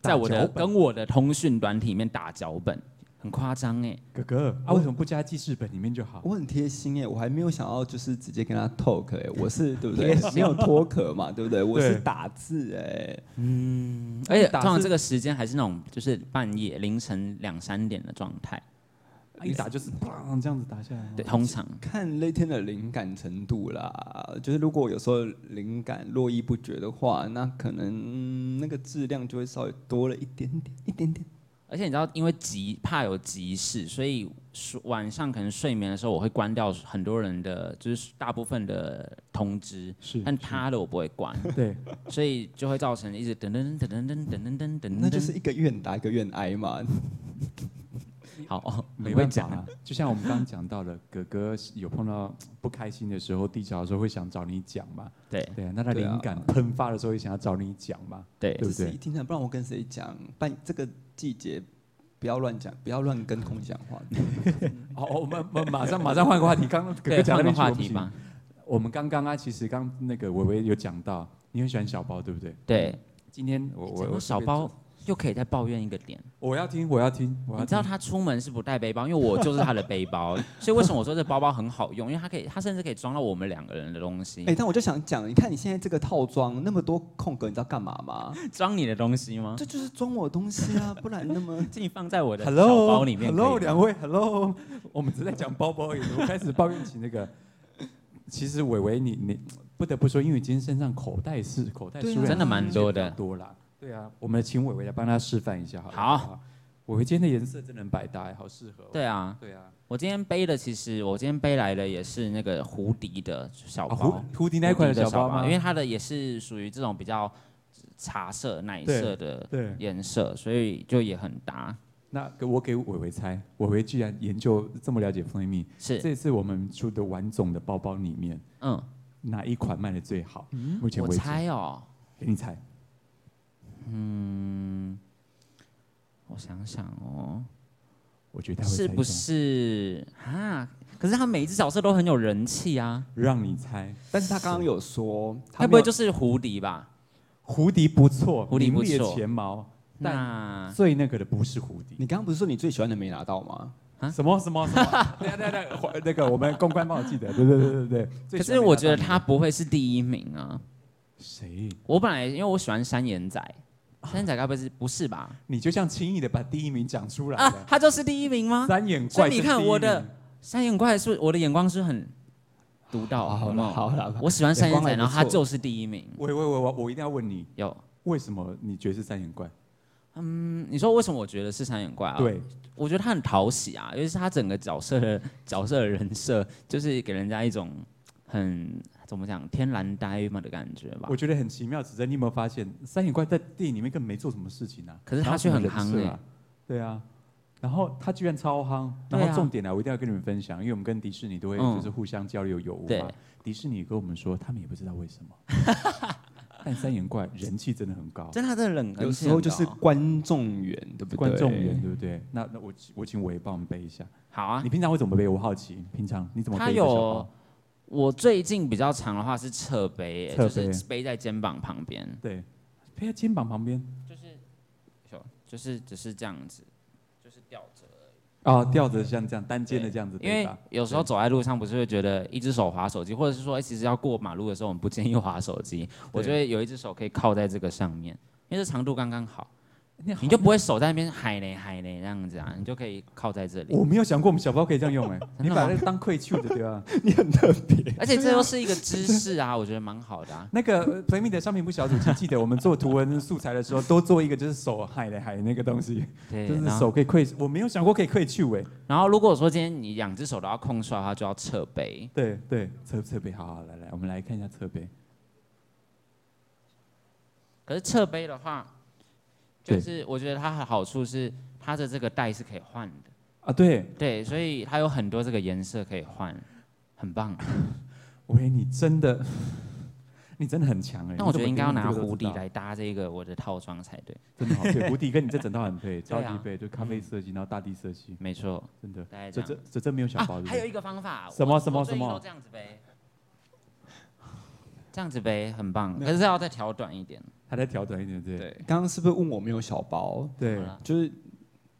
打在我的脚本跟我的通讯软体里面打脚本，很夸张哎。哥哥啊，为什么不加记事本里面就好？我很贴心耶，我还没有想要就是直接跟他 talk 哎，我 (laughs) 是对不对？没有脱壳嘛，对不对？我是对打字哎，而且打通字常这个时间还是那种就是半夜凌晨两三点的状态，啊一打就是砰这样子打下来。对，通常看那天的灵感程度啦，就是如果有时候灵感络绎不绝的话，那可能、嗯那个质量就会稍微多了一点点，一点点。而且你知道，因为急怕有急事，所以睡晚上可能睡眠的时候，我会关掉很多人的，就是大部分的通知，是但他的我不会关，对，所以就会造成一直噔噔噔噔噔噔噔噔噔，那就是一个愿打一个愿挨嘛。好，哦没很会办法讲啦，就像我们刚刚讲到的，哥哥有碰到不开心的时候、低潮的时候会想找你讲嘛？对对啊，那他对啊灵感喷发的时候也想要找你讲嘛？对对这不是对一听起来，不然我跟谁讲？半这个季节不要乱讲，不要乱跟空气讲话。 (laughs) 好，我们我们马上马上换个话题，刚刚哥哥对，讲换的个话题吧，我们刚刚啊，其实刚那个伟伟有讲到，你很喜欢小包，对不对？对，今天我我讲我到小包，又可以再抱怨一个点，我要听，我要听，我要你知道听。他出门是不带背包，因为我就是他的背包，所以为什么我说这包包很好用？因为它可以，它甚至可以装到我们两个人的东西哎、，但我就想讲，你看你现在这个套装那么多空格，你知道干嘛吗？装你的东 (laughs) 西吗？这就是装我东西 (laughs) 啊，不然那么自己放在我的小 Hello，包里面可以 Hello，吗两位，Hello，我 (laughs) 们只是在讲包包而已，我开始抱怨起那个。其实伟伟，你你不得不说，因为你今天身上口袋是口袋对啊数量真的蛮多的多啦。对啊，我们请伟伟来帮他示范一下好了。好不，伟伟今天的颜色真的很百搭，好适合哦。对啊，对啊，我今天背的其实我今天背来的也是那个胡迪的小啊包，胡胡迪那一胡款迪的的小包吗？因为它的也是属于这种比较呃茶色、奶色的对，颜色，所以就也很搭。那给我给伟伟猜，伟伟居然研究这么了解蜂蜜，是，这次我们出的完总的包包里面，嗯，哪一款卖的最好？目前我为止，猜哦，给你猜，我想想哦，我觉得他会猜是中不是啊？可是他每一只角色都很有人气啊，让你猜，但是他刚刚有说，该他不会没有就是胡迪吧？胡迪不错，胡迪不名列错嗯前茅，但那最那个的不是胡迪。你刚刚不是说你最喜欢的没拿到吗？啊什么什么什 (laughs) 么？对对对，还那个我们公关帮我记得，对对对对对。最可喜欢是的我觉得大大他不会是第一名啊。谁？我本来因为我喜欢山岩仔，啊山岩仔该不会是不是吧？你就像轻易的把第一名讲出来啊了，，他就是第一名吗？三眼所怪以是第一名。你看我的山岩怪是我的眼光是很独到，好有没了有好了，我喜欢山岩仔，眼光还不错然后他就是第一名。喂，喂喂我我一定要问你，有，为什么你觉得是三眼怪？嗯，你说为什么我觉得是山眼怪啊？，对，我觉得他很讨喜啊，尤其是他整个角色 (laughs) 的角色的人设，就是给人家一种很怎么讲天然呆嘛的感觉吧我。觉得很奇妙。指针，你有没有发现三眼怪在电影里面根本没做什么事情啊？可是他然后却很什么人夯设欸啊。对啊，然后他居然超夯。对啊然后重点呢，我一定要跟你们分享，因为我们跟迪士尼都会嗯就是互相交流有无对嘛。迪士尼跟我们说，他们也不知道为什么， (laughs) 但三眼怪人气真的很高。真的，他真的哦冷，有时候就是冷血很高观众缘，对不对？观众缘对不对？那那我我请伟帮我们背一下。好啊你。平常会怎么背？我好奇，平常你怎么他背一个小有包？我最近比较长的话是侧背、欸，侧就背是背在肩膀旁边，对，背在肩膀旁边就是只是这样子，就是吊着。哦，吊着像这样单肩的对这样子因背为吧。有时候走在路上，不是会觉得一只手滑手机，或者是说，哎、其实要过马路的时候，我们不建议滑手机。我觉得有一只手可以靠在这个上面，因为这长度刚刚好，你你就不会手在那边海嘞海嘞这样子啊，你就可以靠在这里。我没有想过我们小包可以这样用哎、你真的把吗那个当愧疚的对吧、 (laughs) (laughs) 你很特别。而且这又是一个姿势啊， (laughs) 我觉得蛮好的啊。那个呃 Play Me 的商品部小组，请记得我们做图文素材的时候，多做一个就是手海的海那个东西，对，就是然后手可以愧，我没有想过可以愧疚哎、然后如果说今天你两只手都要空出来的话，就要侧背。对对，侧侧背，好好来来，我们来看一下侧背。可是侧背的话，对就是我觉得它的好处是它的这个带是可以换的，啊，对，对，所以它有很多这个颜色可以换，很棒。喂，你真的，你真的很强哎、但我觉得应该要拿蝴蝴蝶蝶，来搭这个我的套装才对，真的好 (laughs) 配，蝴蝶跟你这整套很 (laughs) 配，超对啊级配，就咖啡色系，然后大地色系，没错。真的。大概这这样这这真没有小包啊对，不还有对？一个方法，什么我什么我最近什么都这样子呗，这样子呗，很棒。那可是要再调短一点。还在调整一点，对不对对，刚刚是不是问我没有小包？好对了就是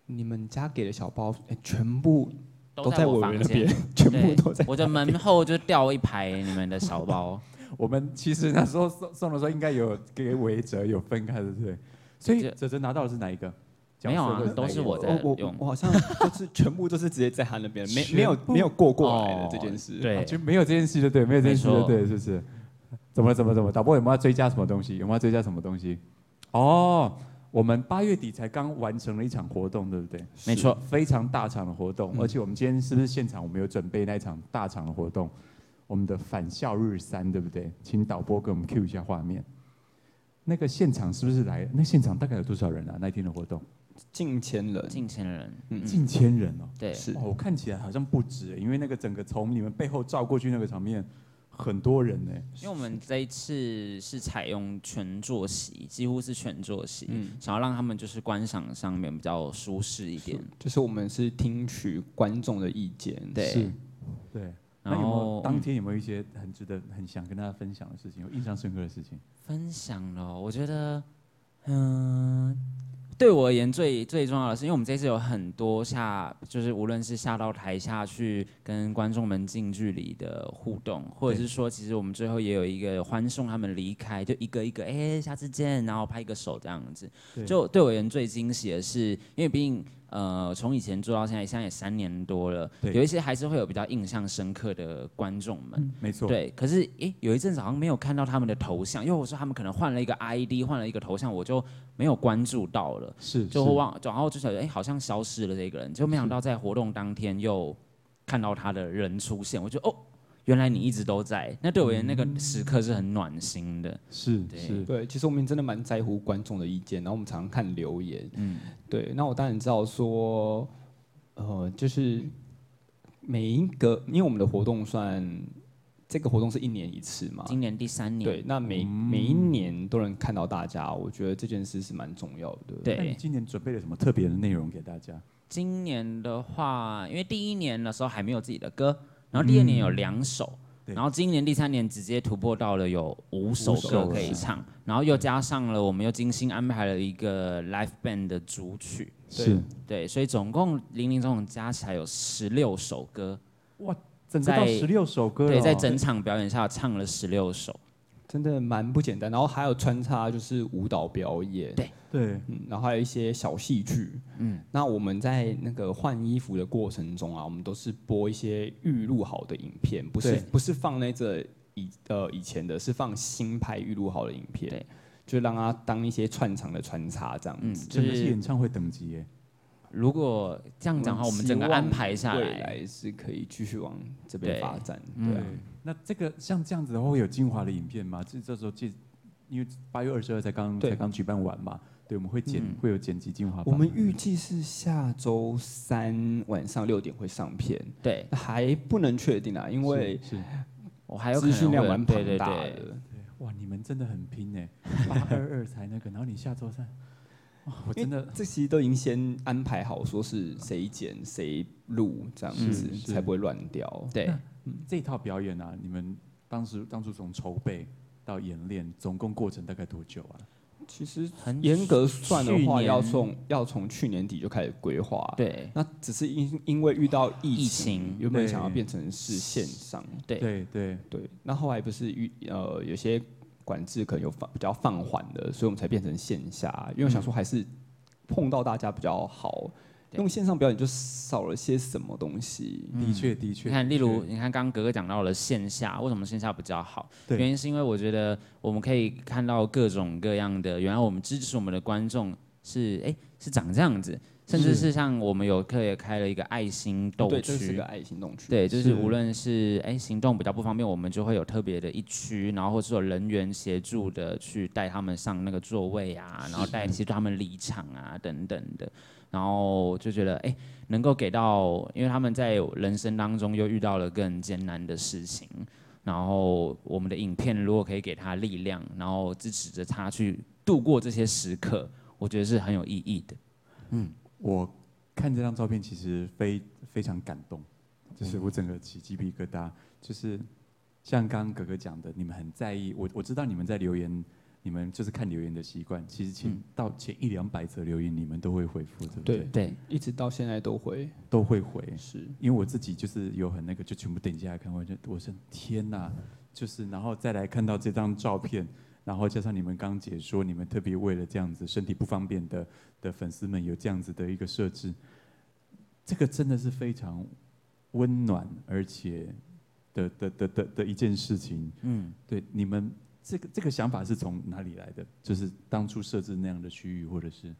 你们家给的小包，哎全部都在在我房那间边，， (laughs) 全对部都在。我的门后就掉一排你们的小 (laughs) 包，我们其实那时候送送的时候，应该有给韦哲有分开，对不对？所以这哲哲拿到的是哪一个？没有啊角色都是我在我我用我好像就是全部都是直接在他那边，没全没有部没有过过来的这件事。哦对啊就没有这件事，就对，没有这件事，没就错对，是不是？怎么了怎么了怎么了？导播有没有要追加什么东西？有没有要追加什么东西？哦，我们八月底才刚完成了一场活动，对不对？没错。非常大场的活动，嗯而且我们今天是不是现场我们有准备那一场大场的活动？我们的返校日三，对不对？请导播给我们 Q 一下画面。那个现场是不是来？那现场大概有多少人啊？那一天的活动近千人近千人，嗯嗯，近千人哦。对，是哦，我看起来好像不止，欸因为那个整个从你们背后照过去那个场面，很多人呢。因为我们这一次是采用全坐席，几乎是全坐席，嗯想要让他们就是观赏上面比较舒适一点。就是我们是听取观众的意见，对是，对。那然有没有后嗯当天有没有一些很值得、很想跟大家分享的事情，有印象深刻的事情？分享了哦，我觉得，嗯、对我而言最最重要的是，因为我们这次有很多下，就是无论是下到台下去跟观众们近距离的互动，或者是说，其实我们最后也有一个欢送他们离开，就一个一个，哎、下次见，然后拍一个手这样子对。就对我而言最惊喜的是，因为毕竟。呃，从以前做到现在，现在也三年多了，对有一些还是会有比较印象深刻的观众们。没错，对，可是诶，有一阵子好像没有看到他们的头像，因为我说他们可能换了一个 ID，换了一个头像，我就没有关注到了，是就会忘，然后就想，诶，好像消失了这个人，就没想到在活动当天又看到他的人出现，我就哦，原来你一直都在，那对我而言那个时刻是很暖心的，是对是，对，其实我们真的蛮在乎观众的意见，然后我们常常看留言。嗯，对，那我当然知道说，呃，就是每一个，因为我们的活动算这个活动是一年一次嘛，今年第三年，嗯对，那每、每一年都能看到大家，我觉得这件事是蛮重要的。对那你今年准备了什么特别的内容给大家？嗯今年的话，因为第一年的时候还没有自己的歌，然后第二年有两首，对然后今年第三年直接突破到了有五首五首歌歌可以唱，然后又加上了我们又精心安排了一个 l i f e band 的主曲，是对，所以总共零零总总加起来有十六首歌，整个到在十六首歌了哦，对，在整场表演下唱了十六首，真的蛮不简单。然后还有穿插就是舞蹈表演，对对嗯，然后还有一些小戏剧，嗯，那我们在那个换衣服的过程中啊，我们都是播一些预录好的影片，不是对不是放那个以呃以前的，是放新拍预录好的影片，对，就让它当一些串场的穿插这样嗯，子。就真的是是演唱会等级耶，如果这样讲的话，我们整个希望安排下未来，来是可以继续往这边对发展，嗯对啊。那这个像这样子的话，会有精华的影片吗？这这时候记，因为八月二十二才刚对才刚举办完嘛，对，我们会剪、嗯会有剪辑精华版我吗。们预计是下周三晚上六点会上片，对还不能确定啊，因为是是我还有可资能讯量会蛮对庞对大对的。哇，你们真的很拼 (laughs) 呢，八二二才那个，然后你下周三，哇，我真的哎这其实都已经先安排好，说是谁剪谁录这样子是，是才不会乱掉。对，这一套表演啊，你们当时当初从筹备到演练，总共过程大概多久啊？其实很严格算的去话，年要从要从去年底就开始规划。，对那只是因因为遇到疫疫情原本对想要变成是线上，对对对，对，那后来不是遇呃有些管制可能有放比较放缓的，所以我们才变成线下，因为我想说还是碰到大家比较好。对用线上表演就少了些什么东西，的确的确。嗯你看，的例如确你看，刚刚格格讲到了线下，为什么线下比较好？对原因是因为我觉得我们可以看到各种各样的，原来我们支持我们的观众是哎、是长这样子，甚至是像我们有课也开了一个爱心斗哦对，这是区个。爱行动区。对，就是是无论是哎、行动比较不方便，我们就会有特别的一区，然后或是有人员协助的去带他们上那个座位啊，然后带协助他们离场啊等等的，然后就觉得哎、能够给到，因为他们在人生当中又遇到了更艰难的事情，然后我们的影片如果可以给他力量，然后支持着他去度过这些时刻，我觉得是很有意义的。我看这张照片，其实非非常感动，就是我整个起鸡皮疙瘩。就是像刚刚哥哥讲的，你们很在意我，我知道你们在留言，你们就是看留言的习惯。其实前、到前一两百则留言，你们都会回复，对不对？对嗯对，一直到现在都会都会回。是因为我自己就是有很那个，就全部点进来看，我就我是天哪，就是然后再来看到这张照片， (laughs) 然后加上你们刚解说，你们特别为了这样子身体不方便的的粉丝们有这样子的一个设置，这个真的是非常温暖而且的的的的的一件事情。嗯，对，你们这个这个想法是从哪里来的？就是当初设置那样的区域，或者是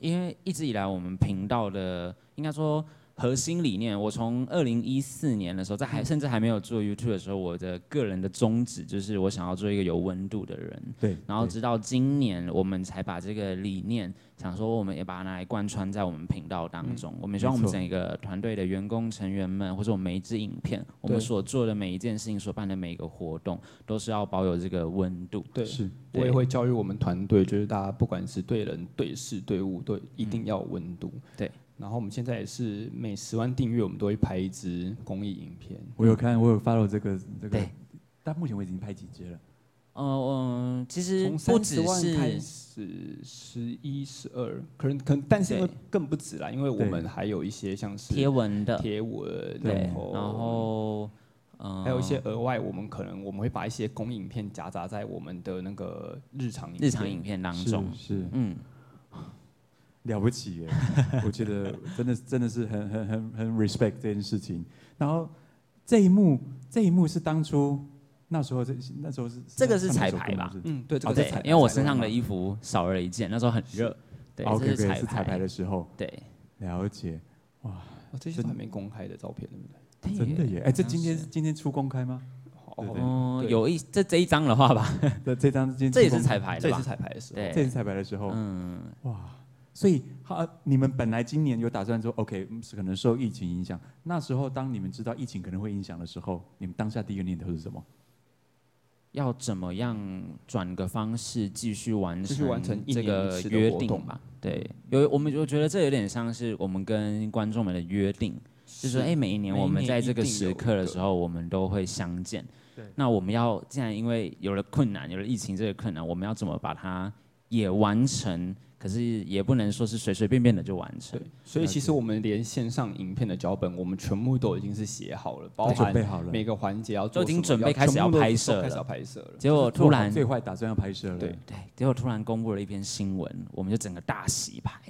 因为一直以来我们频道的应该说核心理念，我从二零一四年的时候，在嗯还甚至还没有做 YouTube 的时候，我的个人的宗旨就是我想要做一个有温度的人。对，然后直到今年，我们才把这个理念，想说我们也把它拿来贯穿在我们频道当嗯中。我们希望我们没错整个团队的员工成员们，或者我们每一支影片，我们对所做的每一件事情，所办的每一个活动，都是要保有这个温度。对，是我对也会教育我们团队，就是大家不管是对人、对事、对物，都一定要有温度。对。然后我们现在也是每十万订阅，我们都会拍一支公益影片。我有看，我有 follow 这个这个对，但目前为止已经拍几支了。呃，嗯，其实不从三十只万是开始，十一、十二，可能可能，但是因为对更不止啦，因为我对们还有一些像是贴文的，贴文，对，然然后后嗯，还有一些额外，我们可能我们会把一些公益影片夹杂在我们的那个日常日常影片当中，是嗯，了不 (laughs) 起耶！我觉得真的真的是很很很很 respect 这件事情。然后这一幕这一幕是当初那时候这那时候是这个是上上哪彩首歌排吧吗是嗯，对，这哦个对是彩，因为我彩身上排的衣服少了一件，那时候很热，对，哦这，OK，OK，彩是彩排的，时候，对，了解，哦这些都还没公开的照片，对不对？真的耶！哎，这今天好像是今天出公开吗？好对对哦，对有一这这一张的话 (laughs) 吧，对，这张今天这也出是公开彩排的这也是吧，彩排的时候，对这也是彩排的时候，嗯，哇！所以，好、呃你们本来今年有打算说，OK，嗯是可能受疫情影响。那时候，当你们知道疫情可能会影响的时候，你们当下第一个念头是什么？要怎么样转个方式继续完继续成嗯完成一这年个一次的约活定动吧？对，有我们我觉得这有点像是我们跟观众们的约定，就是说，哎、每一年每一我们年在这一个定有时一刻的个时候，我们都会相见。对那我们要既然因为有了困难，有了疫情这个困难，我们要怎么把它也完成？可是也不能说是随随便便的就完成对。，所以其实我们连线上影片的脚本，我们全部都已经是写好了，包都准含备好了，每个环节要做都已经什么准备要开始全要部都拍摄都开了始要拍摄了。结果突然，最坏打算要拍摄了，对对，结果突然公布了一篇新闻，我们就整个大洗牌。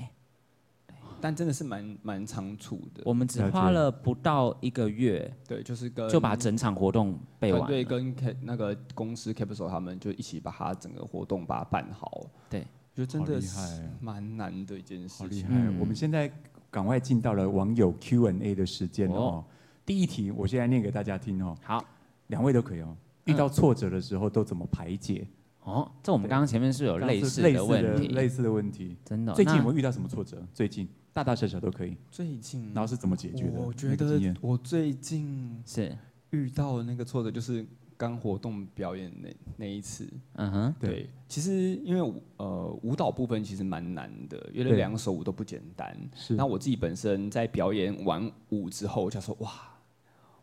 但真的是蛮蛮仓促的，我们只了解花了不到一个月，对，就是跟就把整场活动背团完队了。跟 K 那个公司 Capital 他们就一起把它整个活动把它办好。对，就真好的厉是害哦蛮难的一件好事厉情。害！嗯我们现在赶快进到了网友 Q&A 的时间哦。第一题，我现在念给大家听哦，好，两位都可以哦。遇嗯到挫折的时候都怎么排解？哦，这我们刚刚前面是有类似类的问题，类似的问题。真的哦。最近那有没有遇到什么挫折？最近大大小小都可以。最近，然后是怎么解决的？我那觉个经验得我最近是，遇到的那个挫折就是刚活动表演那那一次。嗯哼，对对，其实因为舞呃舞蹈部分其实蛮难的，因为对两首舞都不简单。是那我自己本身在表演完舞之后，我就说哇，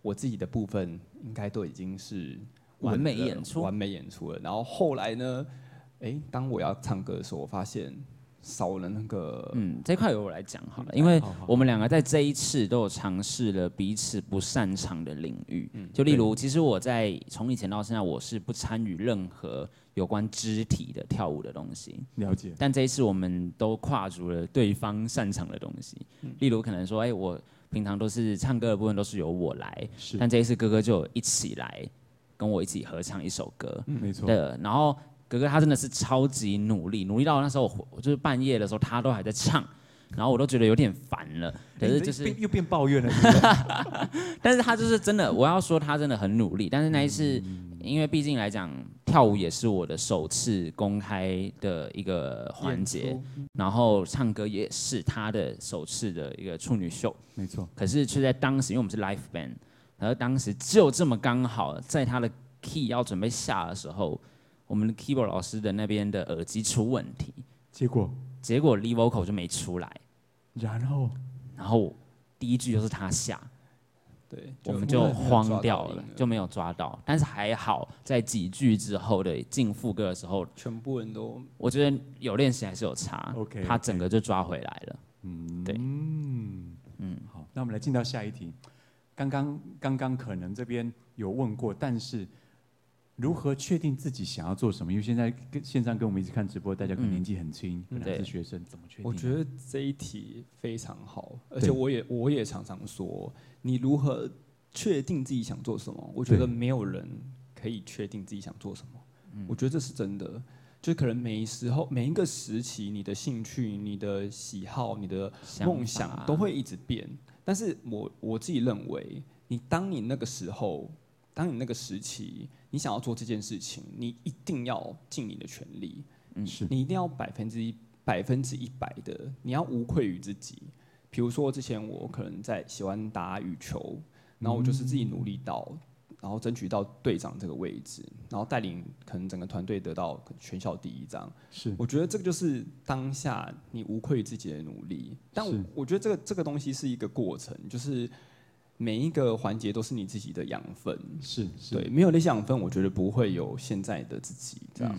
我自己的部分应该都已经是稳完美了演出完美演出了。然后后来呢，诶，当我要唱歌的时候，我发现少了那个，嗯，这块由我来讲好了，因为嗯好好我们两个在这一次都有尝试了彼此不擅长的领域，嗯就例如，其实我在从以前到现在，我是不参与任何有关肢体的跳舞的东西，了解，但这一次我们都跨足了对方擅长的东西，嗯例如可能说，哎、我平常都是唱歌的部分都是由我来，是但这一次哥哥就有一起来跟我一起合唱一首歌，嗯没错，嗯对，然后哥哥他真的是超级努力，努力到那时候我我就是半夜的时候他都还在唱，然后我都觉得有点烦了。可哎是这就是变，又变抱怨了，但是他就是真的，我要说他真的很努力。但是那一次，因为毕竟来讲，跳舞也是我的首次公开的一个环节，然后唱歌也是他的首次的一个处女秀。没错，可是却在当时，因为我们是 live band，然后当时就这么刚好在他的 key 要准备下的时候，我们的 keyboard 老师的那边的耳机出问题，结果结果 lead vocal 就没出来，然后然后第一句就是他下，对，我们就慌掉抓到了音，就没有抓到。但是还好，在几句之后的进副歌的时候，全部人都我觉得有练习还是有差 OK，他整个就抓回来了。嗯好，那我们来进到下一题。刚刚刚刚可能这边有问过，但是如何确定自己想要做什么？因为现在跟线上跟我们一起看直播，大家可能嗯年纪很轻，本来对是学生，怎么确定啊？我觉得这一题非常好，而且对我也我也常常说，你如何确定自己想做什么？我觉对嗯得没有人可以确定自己想做什么。我觉得这是真的，就是可能每一时候、每一个时期，你的兴趣、你的喜好、你的梦想法啊想都会一直变。但是我我自己认为，你当你那个时候，当你那个时期，你想要做这件事情，你一定要尽你的全力。嗯是你一定要百分之一百分之一百的，你要无愧于自己。比如说之前我可能在喜欢打羽球，然后我就是自己努力到，然后争取到队长这个位置，然后带领可能整个团队得到全校第一张。是我觉得这个就是当下你无愧于自己的努力。但是我觉得这个这个东西是一个过程，就是每一个环节都是你自己的养分。是是，对，没有那些养分，我觉得不会有现在的自己这样。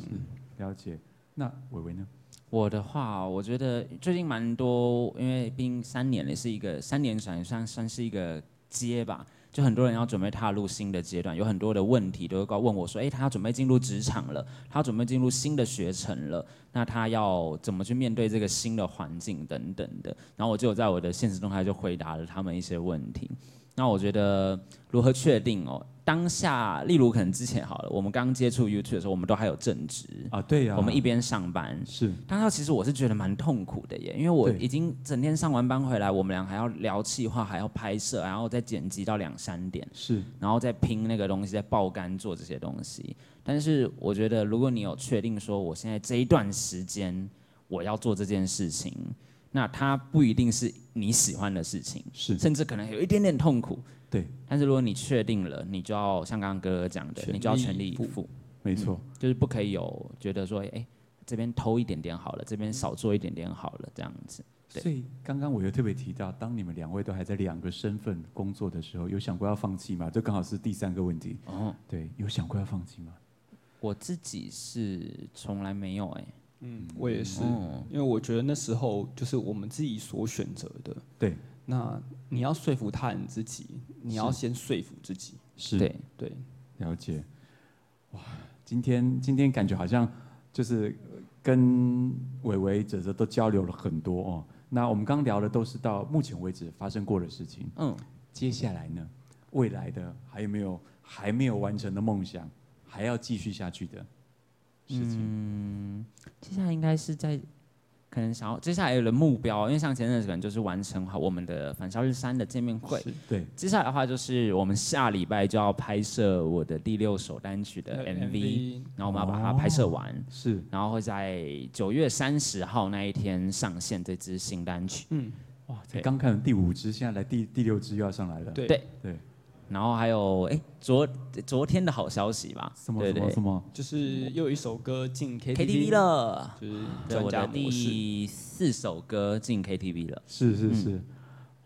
了解。那伟伟呢？嗯我的话，我觉得最近蛮多，因为毕竟三年也是一个三年算算算是一个阶吧，就很多人要准备踏入新的阶段，有很多的问题都会告问我说，诶，他准备进入职场了，他准备进入新的学程了，那他要怎么去面对这个新的环境等等的。然后我就有在我的现实动态就回答了他们一些问题。那我觉得如何确定哦？当下，例如可能之前好了，我们刚接触 YouTube 的时候，我们都还有正职，啊，对呀、我们一边上班，是当时其实我是觉得蛮痛苦的耶，因为我对已经整天上完班回来，我们俩还要聊企划，还要拍摄，然后再剪辑到两三点，是然后再拼那个东西，再爆肝做这些东西。但是我觉得，如果你有确定说我现在这一段时间我要做这件事情，那它不一定是你喜欢的事情，是甚至可能有一点点痛苦。对，但是如果你确定了，你就要像刚刚哥哥讲的，全你就要力全力以以赴赴。没错，就是不可以有觉得说，哎、这边偷一点点好了，这边少做一点点好了，这样子。对所以刚刚我又特别提到，当你们两位都还在两个身份工作的时候，有想过要放弃吗？这刚好是第三个问题。哦，对，有想过要放弃吗？我自己是从来没有哎、嗯，我也是，哦因为我觉得那时候就是我们自己所选择的。对，那你要说服他人之己，你要先说服自己。是对，对，了解。哇，今天今天感觉好像就是呃跟伟伟、哲哲都交流了很多哦。那我们刚聊的都是到目前为止发生过的事情，嗯，接下来呢，未来的还有没有还没有完成的梦想，还要继续下去的事嗯情？接下来应该是在可能想要接下来有了目标，因为像前阵子可能就是完成好我们的返校日三的见面会。是对，接下来的话就是我们下礼拜就要拍摄我的第六首单曲的 MV，, 然后我们要把它拍摄完，是然后会在九月三十号那一天上线这支新单曲。嗯，哇，才对刚看了第五支，现在来第第六支又要上来了。对对对，然后还有哎、昨昨天的好消息吧，什么对什么对什么？就是又有一首歌进 KTV KTV，了，就是对，专我家的模式。第四首歌进 KTV 了，是是是，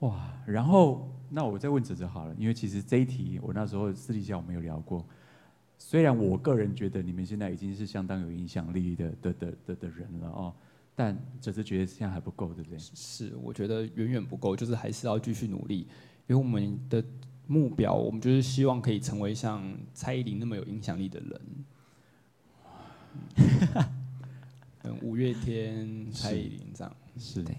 哇！然后那我再问哲哲好了，因为其实这一题我那时候私底下我们有聊过。虽然我个人觉得你们现在已经是相当有影响力的的的的的人了哦，但哲哲觉得现在还不够，对不对？是，我觉得远远不够，就是还是要继续努力，因为我们的目标，我们就是希望可以成为像蔡依林那么有影响力的人。嗯，五月天、 (laughs) 是蔡依林这样，是对，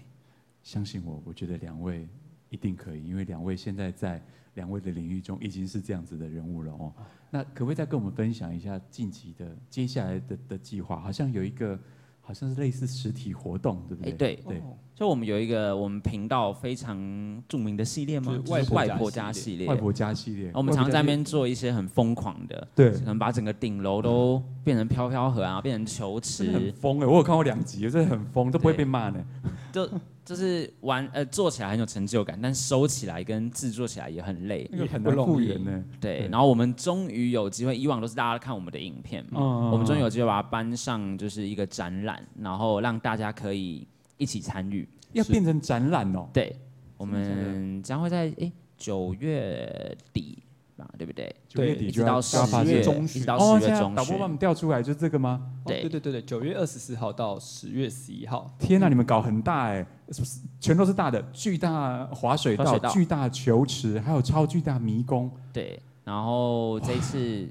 相信我，我觉得两位一定可以，因为两位现在在两位的领域中已经是这样子的人物了哦。啊那可不可以再跟我们分享一下近期的接下来的的计划？好像有一个，好像是类似实体活动，对不哎对？对对哦就我们有一个我们频道非常著名的系列吗？就是外就是婆外家婆系家列系列，外婆家系列，我们常常在那外边做一些很疯狂的，婆家系可列能把整个顶楼都变成飘飘河啊，变成球对，真的很池，疯哎！我有看过两集，真的很疯，都不会对被骂呢。就就是玩呃做起来很有成就感，但收起来跟制作起来也很累。那个也很不难容复易原呢。对对，然后我们终于有机会，以往都是大家看我们的影片嘛，嗯我们终于有机会把它搬上就是一个展览，然后让大家可以一起参与。要是变成展览哦。对，我真的假的们将会在诶九月底吧，对不对？九月对底一就直要到就要发十现月中一直旬到哦，十现月在中导播把我旬。们调出来，就这个吗？对哦对对对对，九月二十四号到十月十一号，天呐、你们搞很大哎、是不是全都是大的，巨大滑水道、滑水道巨大球池，还有超巨大迷宫。对，然后这一次，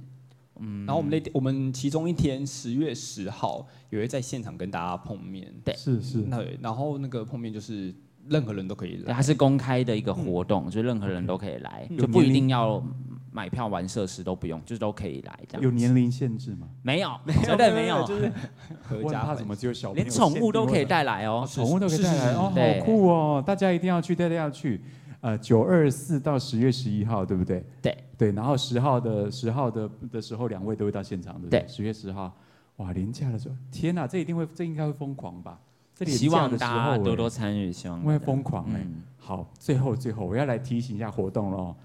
嗯，然后我们那天我们其中一天十月十号也会在现场跟大家碰面。对是是，那然后那个碰面就是任何人都可以哦对啊来它，是公开的一个活嗯动，就任何人都可以来，有就不年龄一定要买票玩设施都不用，就是都可以来这样。有年龄限制吗？没有，绝哦对没有，就是合我很家怕欢什么只有小朋友连宠物都可以限定带来哦我，。宠物都可以带来哦，对好酷哦！大家一定要去，大家要去。呃，九二四到十月十一号，对不对？对对，然后十号的十号的的时候，两位都会到现场，对不对？对十月十号，哇，廉价的时候，天呐，这一定会，这应该会疯狂吧？这廉希价望的时候大家哎多多参与，希望会大家疯狂哎、嗯好，最后最后我要来提醒一下活动了哦。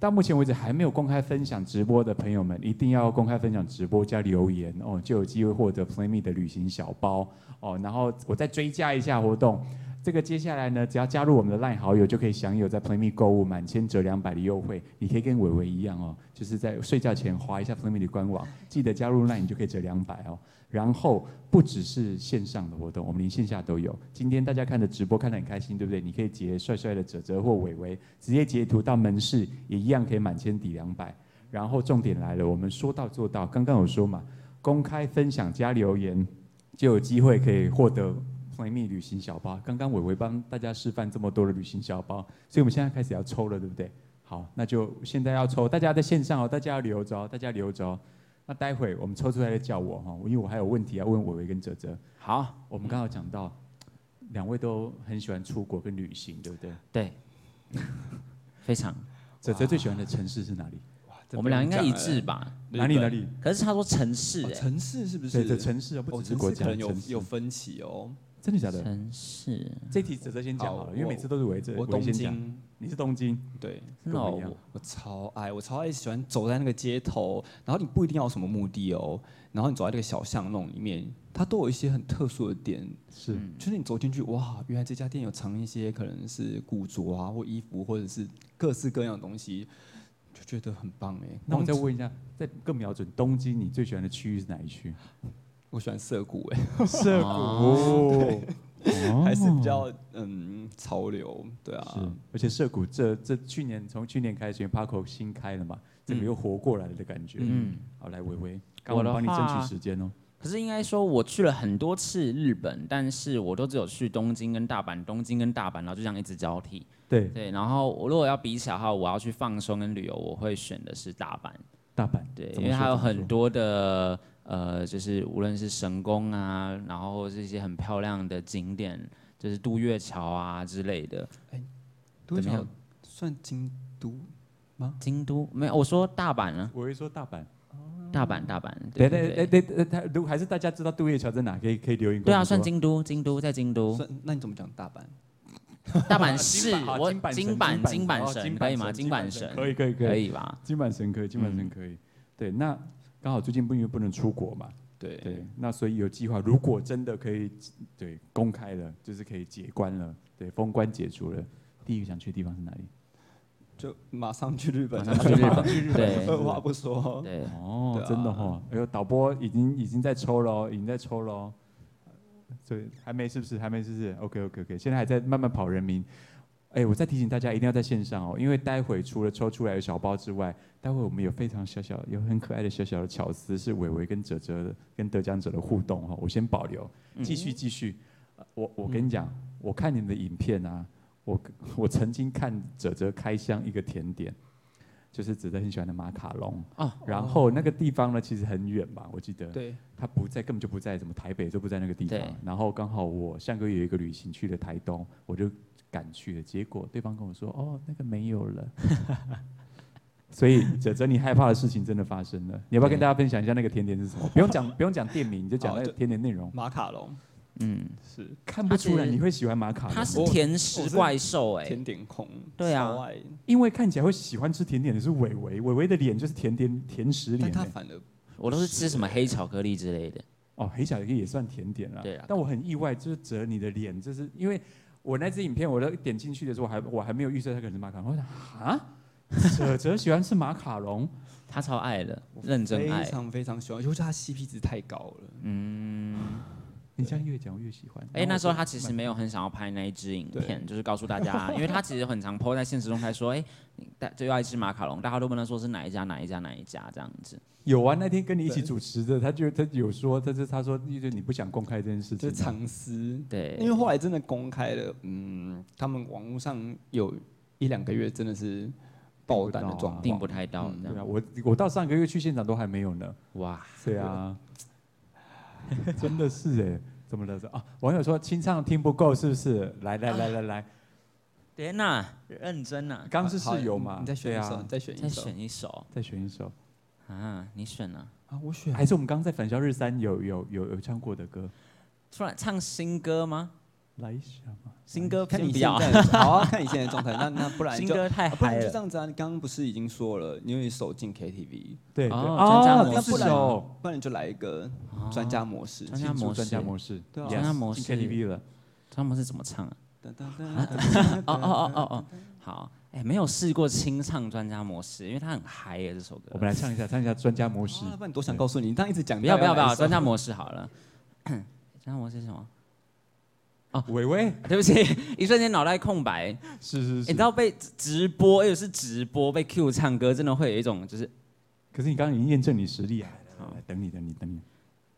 到目前为止还没有公开分享直播的朋友们，一定要公开分享直播加留言哦，就有机会获得 PlayMe 的旅行小包哦。然后我再追加一下活动，这个接下来呢，只要加入我们的 LINE 好友，就可以享有在 PlayMe 购物满千折两百的优惠。你可以跟伟伟一样哦，就是在睡觉前划一下 PlayMe 的官网，记得加入 LINE 你就可以折两百哦。然后不只是线上的活动，我们连线下都有。今天大家看的直播看得很开心，对不对？你可以截帅帅的哲哲或伟伟，直接截图到门市，也一样可以满千抵两百。然后重点来了，我们说到做到。刚刚有说嘛，公开分享加留言，就有机会可以获得 Play Me 旅行小包。刚刚伟伟帮大家示范这么多的旅行小包，所以我们现在开始要抽了，对不对？好，那就现在要抽，大家在线上哦，大家要留着哦，大家留着哦。那待会我们抽出来的叫我哈，因为我还有问题要问伟伟跟哲哲。好，我们刚好讲到，两位都很喜欢出国跟旅行，对不对？对， (laughs) (laughs) 非常，哲哲最喜欢的城市是哪里？我们俩应该一致吧？日哪里本哪里？可是他说城市哦哎、城市是不是？对对，城市哦，不哦，只是城国市可家，能有城市有分歧哦。真的假的？城市这题哲哲先讲好好了，因为我每次都是围着我我东先讲。京，你是东京，对，真的跟我一哦样，我超爱，我超爱喜欢走在那个街头，然后你不一定要有什么目的哦，然后你走在那个小巷弄里面，它都有一些很特殊的点，是就是你走进去，哇，原来这家店有藏一些可能是古着啊，或衣服，或者是各式各样的东西，就觉得很棒哎。那我再光问一下，再更瞄准东京，你最喜欢的区域是哪一区？我喜欢 (laughs) 涩谷哎，涩哦， (laughs) 还是比较嗯潮流，对是啊，，而且涩谷这这去年从去年开始，因为 Paco 新开了嘛，整个又活过来了的感觉。嗯，嗯。好，来维维，刚我我的帮你话争取时间哦。可是应该说，我去了很多次日本，但是我都只有去东京跟大阪，东京跟大阪，然后就这样一直交替。对，对，然后我如果要比起来的话，我要去放松跟旅游，我会选的是大阪。大阪，对，怎么因为说它有怎么很说多的呃，就是无论是神宫啊，然后是一些很漂亮的景点，就是渡月桥啊之类的。多怎么少样算京都？京都没有，我说大阪呢、我会说大阪。大阪大阪。对对对对对对对，他如果还是大家知道渡月桥在哪，可以可以留言。对啊，算。京都，京都在京都，算那你怎么讲大阪？大 (laughs) 阪啊市金板我啊金金板板神金金板板神神哦可金板神可以吗？金板神以可以可可以，(laughs) 以嗯吧？金板神可以，金板神可以。对，那刚好最近不因为不能出国嘛，对，那所以有计划，如果真的可以，对，公开了，就是可以解关了，对，封关解除了，第一个想去的地方是哪里？就马上去日本，啊马上去 (laughs) 日本， (laughs) 二对话不说，对，哦对，啊真的哦，哎呦，导播已经已经在抽了哦，已经在抽了哦，对，还没是不是？还没是不是？OK OK OK，现在还在慢慢跑人民。哎，我再提醒大家一定要在线上哦，因为待会除了抽出来的小包之外，待会我们有非常小小、有很可爱的小小的巧思，是伟伟跟哲哲的跟得奖者的互动哈、哦，我先保留，继续继续。呃我我跟你讲，我看你们的影片啊，我我曾经看哲哲开箱一个甜点，就是哲哲很喜欢的马卡龙哦然后那个地方呢，其实很远吧，我记得。对，他不在，根本就不在什么台北，就不在那个地方对。然后刚好我上个月有一个旅行去了台东，我就赶去了，结果对方跟我说：“哦，那个没有了。” (laughs) 所以哲哲，你害怕的事情真的发生了。你要不要跟对大家分享一下那个甜点是什么？不用 (laughs) 讲，不用讲店名，你就讲那个甜点内哦容。马卡龙嗯，是看不出来你会喜欢马卡它是龙，甜食怪兽哎、甜点控，对啊超爱因为看起来会喜欢吃甜点的是伟伟，伟伟的脸就是甜点甜食但脸他欸。反而我都是吃什么黑巧克力之类的。哦，黑巧克力也算甜点了。对啊但我很意外，就是折你的脸，就是因为我那支影片，我都点进去的时候，我还我还没有预设它可能是马卡龙，我想啊，哲哲喜欢吃马卡龙，他超爱的，认真爱非。常非常喜欢，尤其他 CP 值太高了。你这样越讲我越喜欢。哎、那时候他其实没有很想要拍那一支影片，就是告诉大家，因为他其实很常 PO 在现实中，他说，哎、你大就要一只马卡龙，大家都问他说是哪一家哪一家哪一家这样子。有啊，那天跟你一起主持的，他就他有说，他就他说，就是你不想公开这件事就情是啊，藏私，因对为，后来真的公开了，嗯，他们网络上有一两个月真的是爆单的状啊况，定不太到这对样。啊，我我到上个月去现场都还没有呢。哇，对啊， (laughs) 真的是哎，怎么了？啊，网友说清唱听不够是不是？来来来来来，天呐，认真啊！刚是好室友嘛，你再对选一首，啊你，再选再一首选一首再选一首。啊，你选啊！啊！我选还是我们刚在《返校日三有》有有有唱过的歌，突然唱新歌吗？来一下嘛。新歌看先你不现 (laughs) 要， (laughs) 在，好啊，看你现在的状态。那那不然新就歌太啊不嗨然就这了。样子啊！你刚刚不是已经说了，因为你手进 KTV，对对哦专家啊，模那式不然哦不然你就来一个专家模式。专家模专式家，模式，对啊 Yes，专家模进式 KTV 了。专家模式怎么唱啊？哒哒哒哒哦哦哦哦哦，好，哎、没有试过清唱专家模式，因为它很嗨耶这首歌。我们来唱一下，唱一下专家模式。哦啊不然你多想告诉你，你这样一直讲，不要不要不要，来一首专家模式好了。 (clears throat) 专家模式是什么？伟伟对不起， (laughs) 一瞬间脑袋空白。是是你是知，道被直播，又是直播被 Q 唱歌，真的会有一种就是，可是你刚刚已经验证你实力啊，来来好来等你等你等你。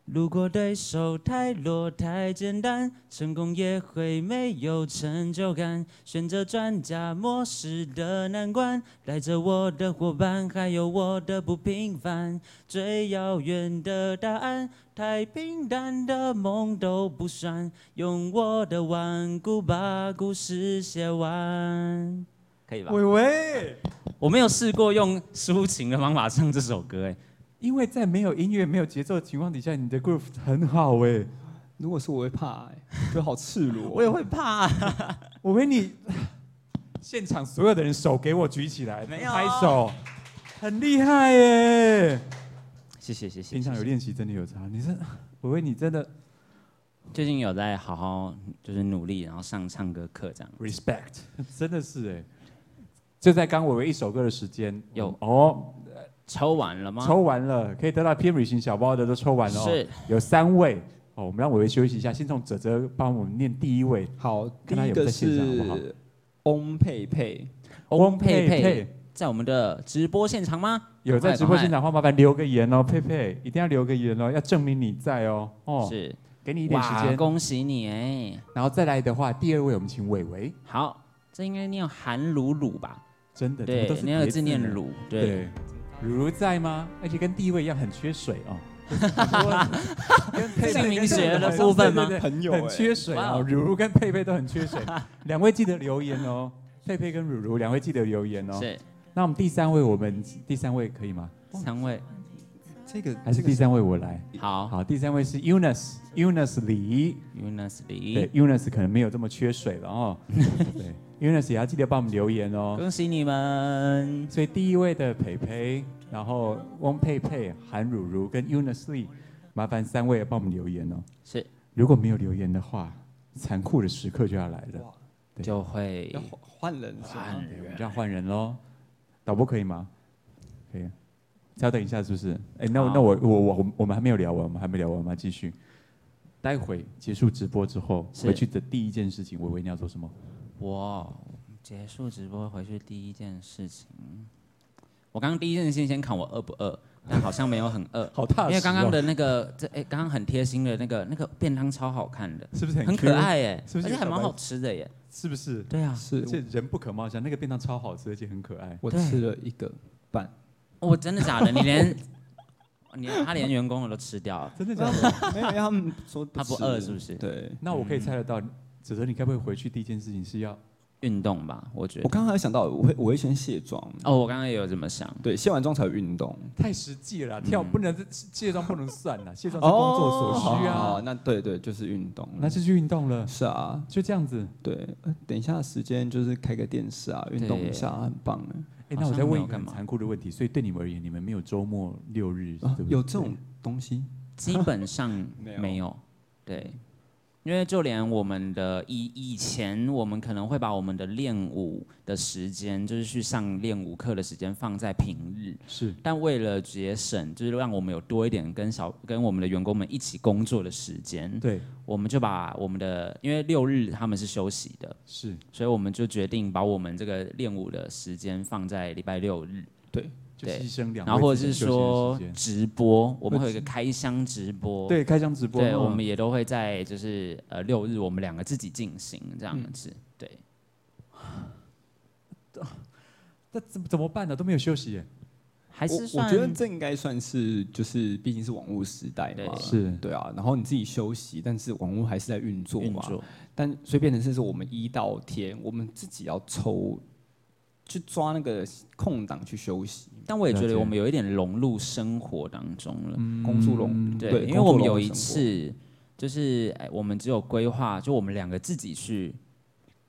如果对手太弱太简单，成功也会没有成就感。选择专家模式的难关，带着我的伙伴，还有我的不平凡。最遥远的答案，太平淡的梦都不算。用我的顽固把故事写完，可以吧？伟伟，我没有试过用抒情的方法唱这首歌，哎，因为在没有音乐、没有节奏的情况底下，你的 groove 很好哎。哎如果是我会怕、欸，觉得好赤裸。我也会怕、啊。我为你 (sighs) 现场所有的人手给我举起来，没有拍手，很厉害耶！ (laughs) 谢谢谢谢。平常有谢谢练习真的有差，你是我为你真的最近有在好好就是努力，然后上唱歌课这样。 respect，真 (laughs) 的是哎。就在刚我为一首歌的时间，有哦，抽完了吗？抽完了，可以得到 PM 旅行小包的都抽完了、哦，是有三位哦，我们让伟伟休息一下，先从哲哲帮我们念第一位，好，第看他一有没有个在线上好不好是翁佩佩，翁佩佩在我们的直播现场吗？有在直播现场的话，麻烦留个言哦，佩佩一定要留个言哦，要证明你在哦赶快哦，是给你一一点时间，恭喜你哎！然后再来的话，第二位我们请伟伟，好，这应该念韩鲁鲁吧？真的，对怎么都，是那个叠字字念呢，鲁，对，对，如如在吗？而且跟第一位一样很缺水 (laughs) 哦。跟佩姓佩名跟学佩的佩部分对吗对对很有很哎缺水哇哦哦，如如跟佩佩都很缺 (laughs) 水，两位记得留言哦。佩佩跟如如两位记得留言哦。是那我们第三位，我们第三位可以吗？三位。这个还是这个第三位我来？好好，第三位是 Eunice，Eunice 李， ，Unis 对李， ，Eunice 可能没有这么缺水了 (laughs) 哦。对，Eunice 也要记得帮我们留言哦。恭喜你们！所以第一位的培培，然后翁佩佩、韩汝如跟 Eunice Lee，麻烦三位帮我们留言哦。是，如果没有留言的话，残酷的时刻就要来了，哦哇，对就会要换换人是吗换对我们就要换人喽。导播可以吗？可以。稍等一下，是不是？哎，那我好那我我我我们还没有聊完，我们还没聊完吗？继续。待会结束直播之后，是回去的第一件事情，微微你要做什么？我结束直播回去第一件事情，我刚刚第一件事情先看我饿不饿，但好像没有很饿 (laughs) ，好踏实、哦，因为刚刚的那个这哎，刚刚很贴心的那个那个便当超好看的，是不是很很 Q？可爱哎，是不而是且还有小蛮白好吃的耶。是不是？对啊，而且是人不可貌相，那个便当超好吃，而且很可爱。我对吃了一个半，我真的假的？你连 (laughs) 你连他连员工的都吃掉了，真的 (laughs) 假的？没有，因为他们说他不吃饿是不是对，那我可以嗯猜得到，哲哲，你该不会回去第一件事情是要运动吧？我觉我得。刚刚有想到，我会我会先卸妆，哦，我刚刚也有这么想。对，卸完妆才有运动。太实际了啦，跳嗯不能卸妆不能算啦，卸妆是哦，工作所需好好哦好啊，那对对，就是运动。那就去运动了，是啊，就这样子。对，呃等一下时间就是开个电视啊，运动一下，很棒啊的。哎，好那我像再问没有一个很干嘛残酷的问题，所以对你们而言，你们没有周末六日，啊对不对有这种东西？基本上没有没有，对，因为就连我们的以以前，我们可能会把我们的练舞的时间，就是去上练舞课的时间放在平日，是但为了节省，就是让我们有多一点跟小跟我们的员工们一起工作的时间，对，我们就把我们的因为六日他们是休息的，是所以我们就决定把我们这个练舞的时间放在礼拜六日。就对牺牲两位自己休闲的时间，然后或者是说直播，我们会有一个开箱直播，对开箱直播嘛，哦对，我们也都会在就是呃六日，我们两个自己进行这嗯样子。对，那怎么怎么办呢？都没有休息耶，还是我算我觉得这应该算是就是，毕竟是网络时代嘛，对是对啊。然后你自己休息，但是网络还是在运作运嘛，作但所以变成是说我们一到天，我们自己要抽，去抓那个空档去休息，但我也觉了得解我们有一点融入生活当中了。嗯工作笼、对，因为嗯工我作们笼有一生活次就是哎，我们只有规划，就我们两个自己去。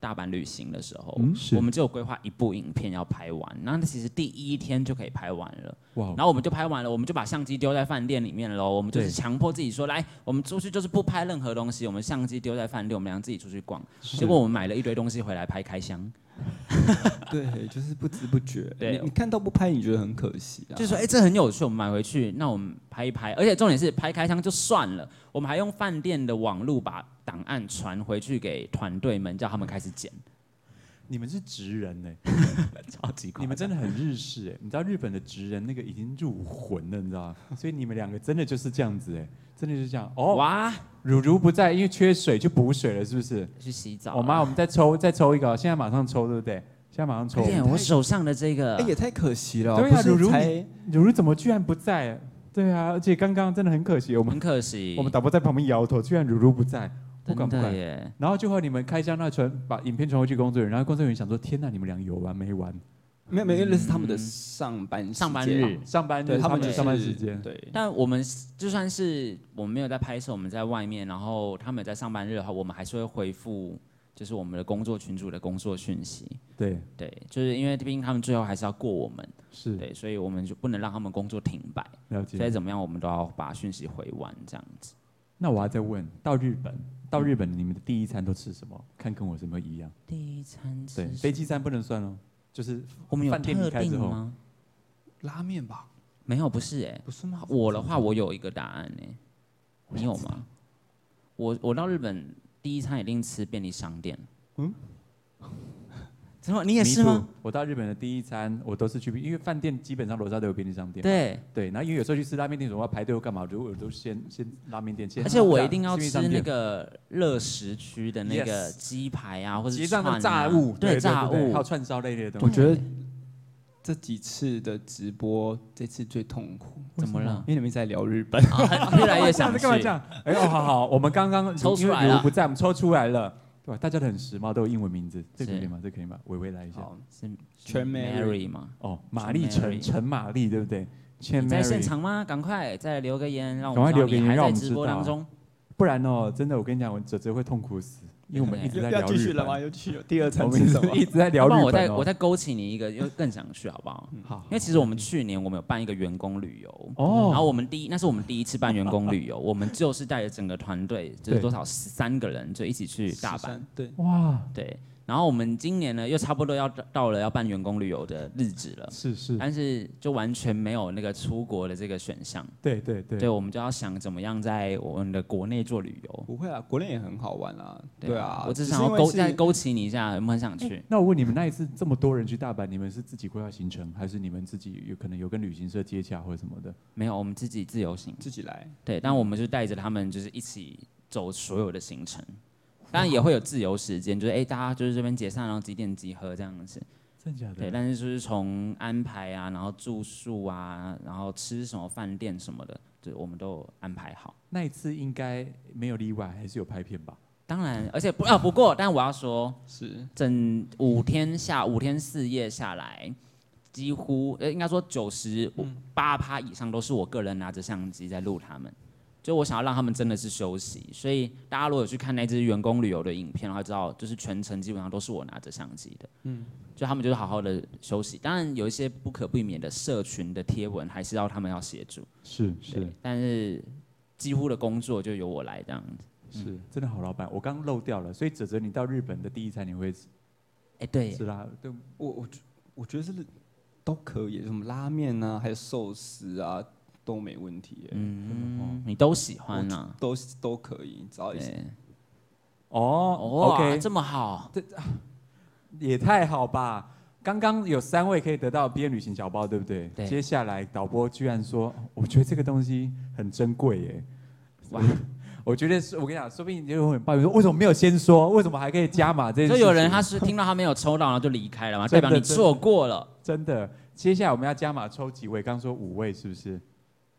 大阪旅行的时候，嗯是我们只有规划一部影片要拍完，那其实第一天就可以拍完了。哇然，后我们就拍完了，我们就把相机丢在饭店里面喽。我们就是对强迫自己说，来，我们出去就是不拍任何东西，我们相机丢在饭店，我们俩自己出去逛。结果我们买了一堆东西回来拍开箱，对，就是不知不 (laughs) 觉，对你你看到不拍，你觉得很可惜啊。就说哎、这很有趣，我们买回去，那我们拍一拍。而且重点是拍开箱就算了，我们还用饭店的网路把档案传回去给团队们，叫他们开始剪，你们是职人呢，超级快。你们真的很日式哎，你知道日本的职人那个已经入魂了，你知道吗？所以你们两个真的就是这样子哎，真的就是这样哦。哇，乳如不在，因为缺水就补水了，是不是？去洗澡、我妈，我，们再抽再抽一个哦，现在马上抽，对不对？现在马上抽快。哎点，我手上的这个哎、也太可惜了，对啊不是如如才乳如怎么居然不在？对啊，而且刚刚真的很可惜，我们很可惜，我们导播在旁边摇头，居然乳如不在，不管真不的管。耶，然后就和你们开箱那传把影片传回去工作人员，然后工作人员想说：天呐，你们俩有完没完？没有没有，那是他们的上班时上班间日，上班嗯对日他们的是上班时间，对，但我们就算是我们没有在拍摄，我们在外面，然后他们在上班日的话，我们还是会回复就是我们的工作群组的工作讯息。对，对，就是因为毕竟他们最后还是要过我们，是对，所以我们就不能让他们工作停摆，了再解。怎么样我们都要把讯息回完这样子。那我要再问，到日本，到日本你们的第一餐都吃什么？看跟我什么一样？第一餐吃对，飞机餐不能算哦，就是我们有饭店离特开之定后吗？拉面吧？没有，不是哎、不是吗？我的话，我有一个答案呢、你有吗？我我到日本第一餐一定吃便利商店。嗯，怎么你也是 Me 吗 too？？我到日本的第一餐，我都是去，因为饭店基本上楼下都有便利商店。对，对，然后因为有时候去吃拉面店，总要排队或干嘛，如果我都先先拉面店先。而且我一定要先去商吃那店个热食区的那个 Yes 鸡排啊，或者结是账的串炸啊物，对炸还有物。串烧类的我东西。觉得这几次的直播，这次最痛苦。怎么了因为你们一直在聊日 (laughs) 本，啊越来 (laughs) 越想这样子去干。嘛这样？哎、哦，好好，我们刚刚抽出因为来如了不在，我们抽出来了，对吧？大家都很时髦，都有英文名字，这个可以吗？这个可以吗？微微来一下。好是是 Chen Mary Mary 吗？哦，玛丽陈 Mary 陈玛丽，对不对？欠你在 Mary 现场吗？赶快再留个言，让我赶快们知道留个你言还让我在们直知播道当中。不然哦，真的，我跟你讲，我哲哲会痛苦死，因为我们一直在聊要要继续日了本吗？？又继续了第二我餐们吃一什直么？一直在聊要日不本、然哦。嗯我再我再勾起你一个，又更想去好不好？好因，为其实我们去年我们有办一个员工旅游，哦然后我们第一那是我们第一次办员工旅游，我们就是带着整个团队，就是对多少十三个人就一起去大十阪，三对，哇，对。然后我们今年呢又差不多要到到了要办员工旅游的日子了，是是，但是就完全没有那个出国的这个选项，对对对，对，我们就要想怎么样在我们的国内做旅游。不会啊，国内也很好玩啊。对啊，我只是想要因为勾是再勾起你一下，有没有很想去？那我问你们，那一次这么多人去大阪，你们是自己规划行程，还是你们自己有可能有跟旅行社接洽或者什么的？没有，我们自己自由行。自己来，对，但我们就带着他们就是一起走所有的行程，当然也会有自由时间，就是哎、大家就是这边解散，然后几点集合这样子。真假对，？但是就是从安排啊，然后住宿啊，然后吃什么饭店什么的，就我们都有安排好。那一次应该没有例外，还是有拍片吧？当然，而且不啊，不过，但我要说，是整五天下五天四夜下来，几乎呃应该说九十八趴以上都是我个人拿着相机在录他们，就我想要让他们真的是休息。所以大家如果有去看那支员工旅游的影片的话，知道就是全程基本上都是我拿着相机的，嗯，就他们就是好好的休息。当然有一些不可避免的社群的贴文还是要他们要协助，是对，但是几乎的工作就由我来这样子。是，嗯真的好老板，我刚漏掉了。所以哲哲，你到日本的第一餐你会吃哎，对，吃啦？对，我我觉我觉得是都可以，什么拉面啊，还有寿司啊，都没问题耶，嗯，你都喜欢啊。都都可以，只要一对哦哇，OK，这么好，也太好吧！刚刚有三位可以得到 B N 旅行小包，对不对？对接下来导播居然说，哦我觉得这个东西很珍贵耶。哇哇！ (laughs) 我觉得是我跟你讲，说不定你就会很抱怨说，为什么没有先说？为什么还可以加码这件事就情？有人他是听到他没有抽到，然后就离开了 (laughs) 嘛，真代的表你错过了。真的，接下来我们要加码抽几位？刚说五位是不是？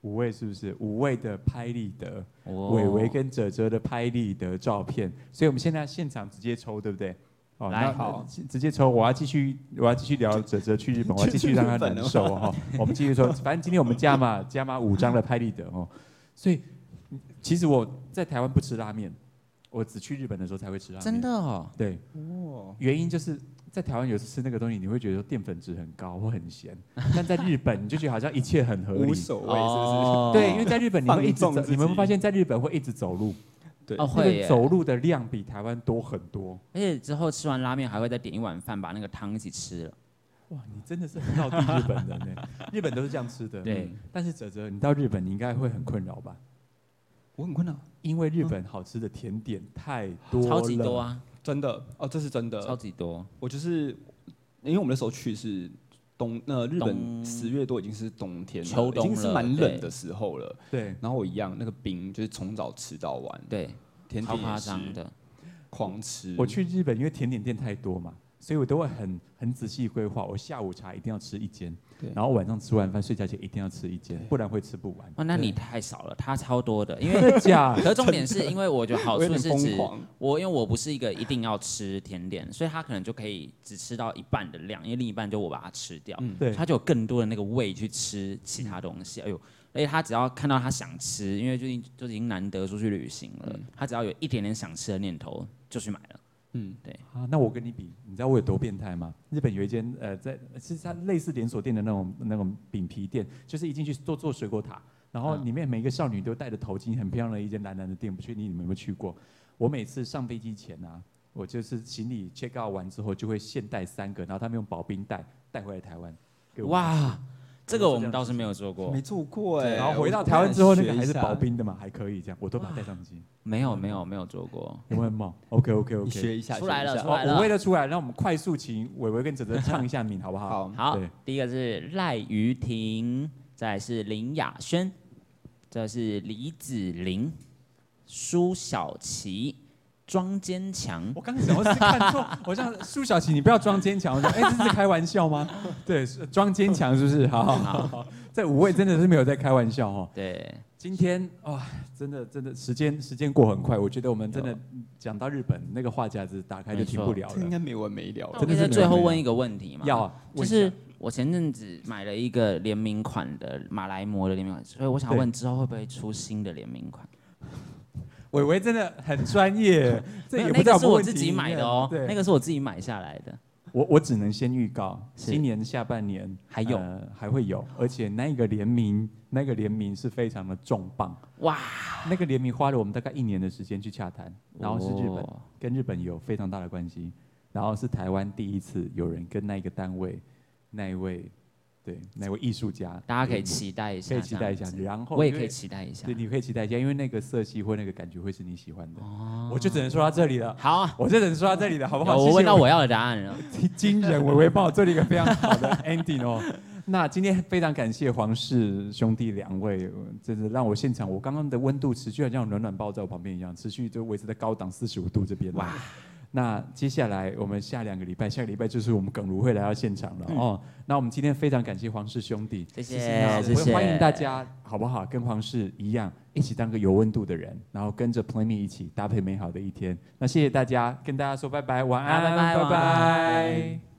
五位是不是？五位的拍立得，哦伟伟跟哲哲的拍立得照片，所以我们现在现场直接抽，对不对？哦来那好直直接抽。我要继续，我要继续聊哲哲去日本，我要继续让他难受 (laughs) 哦。哈我们继续抽，反正今天我们加码加码五张的拍立得哦。所以其实我在台湾不吃拉面，我只去日本的时候才会吃拉面。真的哦，对，哦，原因就是在台湾有时吃那个东西，你会觉得淀粉值很高或很咸，但在日本你就觉得好像一切很合理无。所谓，是哦对，因为在日本你会一直走放纵，自己你们会发现在日本会一直走路，对哦那会个耶，走路的量比台湾多很多。而且之后吃完拉面还会再点一碗饭，把那个汤一起吃了。哇，你真的是很到地日本 (laughs) 人呢，日本都是这样吃的。对嗯，但是哲哲，你到日本你应该会很困扰吧？不是？我很困扰，因为日本好吃的甜点太多了，超级多！啊，真的哦，这是真超的。级多。我就是因为我们那时候去是冬，呃，日本冬十月多已经是冬天了，秋冬已经是了蛮冷对的时候了。对，然后我一样，那个冰就是从早吃到晚，对，甜超点夸也是张的。狂吃。我去日本，因为甜点店太多嘛，所以我都会很很仔细规划。我下午茶一定要吃一间对，然后晚上吃完饭睡觉前一定要吃一间对，不然会吃不 (laughs) 完。哇，那你太少了，他超多的。因真为的假可？是重点是因为我觉得好我有处点是疯指狂，我，因为我不是一个一定要吃甜点，所以他可能就可以只吃到一半的量，因为另一半就我把它吃掉。嗯对，他就有更多的那个胃去吃其他东西。哎呦，而且他只要看到他想吃，嗯因为最近就已经难得出去旅行了，他只要有一点点想吃的念头，就去买了，嗯，啊，那我跟你比，你知道我有多变态吗？日本有一间呃，在其实它类似连锁店的那种那种饼皮店，就是一进去做做水果塔，然后嗯里面每一个少女都戴着头巾，很漂亮的一间蓝蓝的店，不确定你们有没有去过。我每次上飞机前啊，我就是行李 check out 完之后就会现带三个，然后他们用保冰袋带回来台湾。给我们吃，哇，这个我们倒是没有做过没，做过哎、然后回到我台湾之后，我那想个还是学一下保，冰的嘛，还可以这样，我都把它带上机， (laughs) 没有没有没有做过。有没有很猛？OK OK 你 OK，学一下，出来了学一下出来了我为了出来，让我们快速请伟伟跟哲哲唱一下名，好不好？好，好嗯对，第一个是赖于婷，再来是林雅轩，这是李子玲、舒晓琪、庄坚强我。刚想我是看错，我想苏小琪，你不要装坚强。我说，哎、这是开玩笑吗？对，是装坚强是不是？好，好好好，在五位真的是没有在开玩笑哦。对，今天哇，真的真的时间时间过很快，我觉得我们真的讲到日本那个话匣子打开就停不了这应了。该没完没了了。真我的可以是在没有最后没有问一个问题吗？要啊，就问一是下我前阵子买了一个联名款的马来貘的联名款，所以我想对问之后会不会出新的联名款？伟伟真的很专业，这没有也不那在个我是们我问题自己里买面的哦，对，那个是我自己买下来的。我我只能先预告，是今年下半年还有呃还会有，而且那个联名那个联名是非常的重磅。哇，那个联名花了我们大概一年的时间去洽谈，然后是日本，哦跟日本有非常大的关系，然后是台湾第一次有人跟那一个单位，那一位，对，那位艺术家，大家可以联名期待一下，可以期待一下这样，子然后我也因可为以期待一下对，。你可以期待一下，因为那个色系或那个感觉会是你喜欢的，哦我就只能说到这里了，好啊，我就只能说到这里了，好不好？有谢我谢问到我我要的答案了。 (laughs) 惊人，微微帮我做了一个非常好的 (laughs) ending 哦。那今天非常感谢黄氏兄弟两位，呃真的让我现场，我刚刚的温度持续好像暖暖包在我旁边一样，持续就维持在高档四十五度这边。哇！那接下来我们下两个礼拜，下个礼拜就是我们耿如会来到现场了、哦。那我们今天非常感谢黄氏兄弟，谢谢那谢谢啊欢迎大家好不好？跟黄氏一样，一起当个有温度的人，然后跟着 Play Me 一起搭配美好的一天。那谢谢大家，跟大家说拜拜，晚安，好拜拜晚安拜拜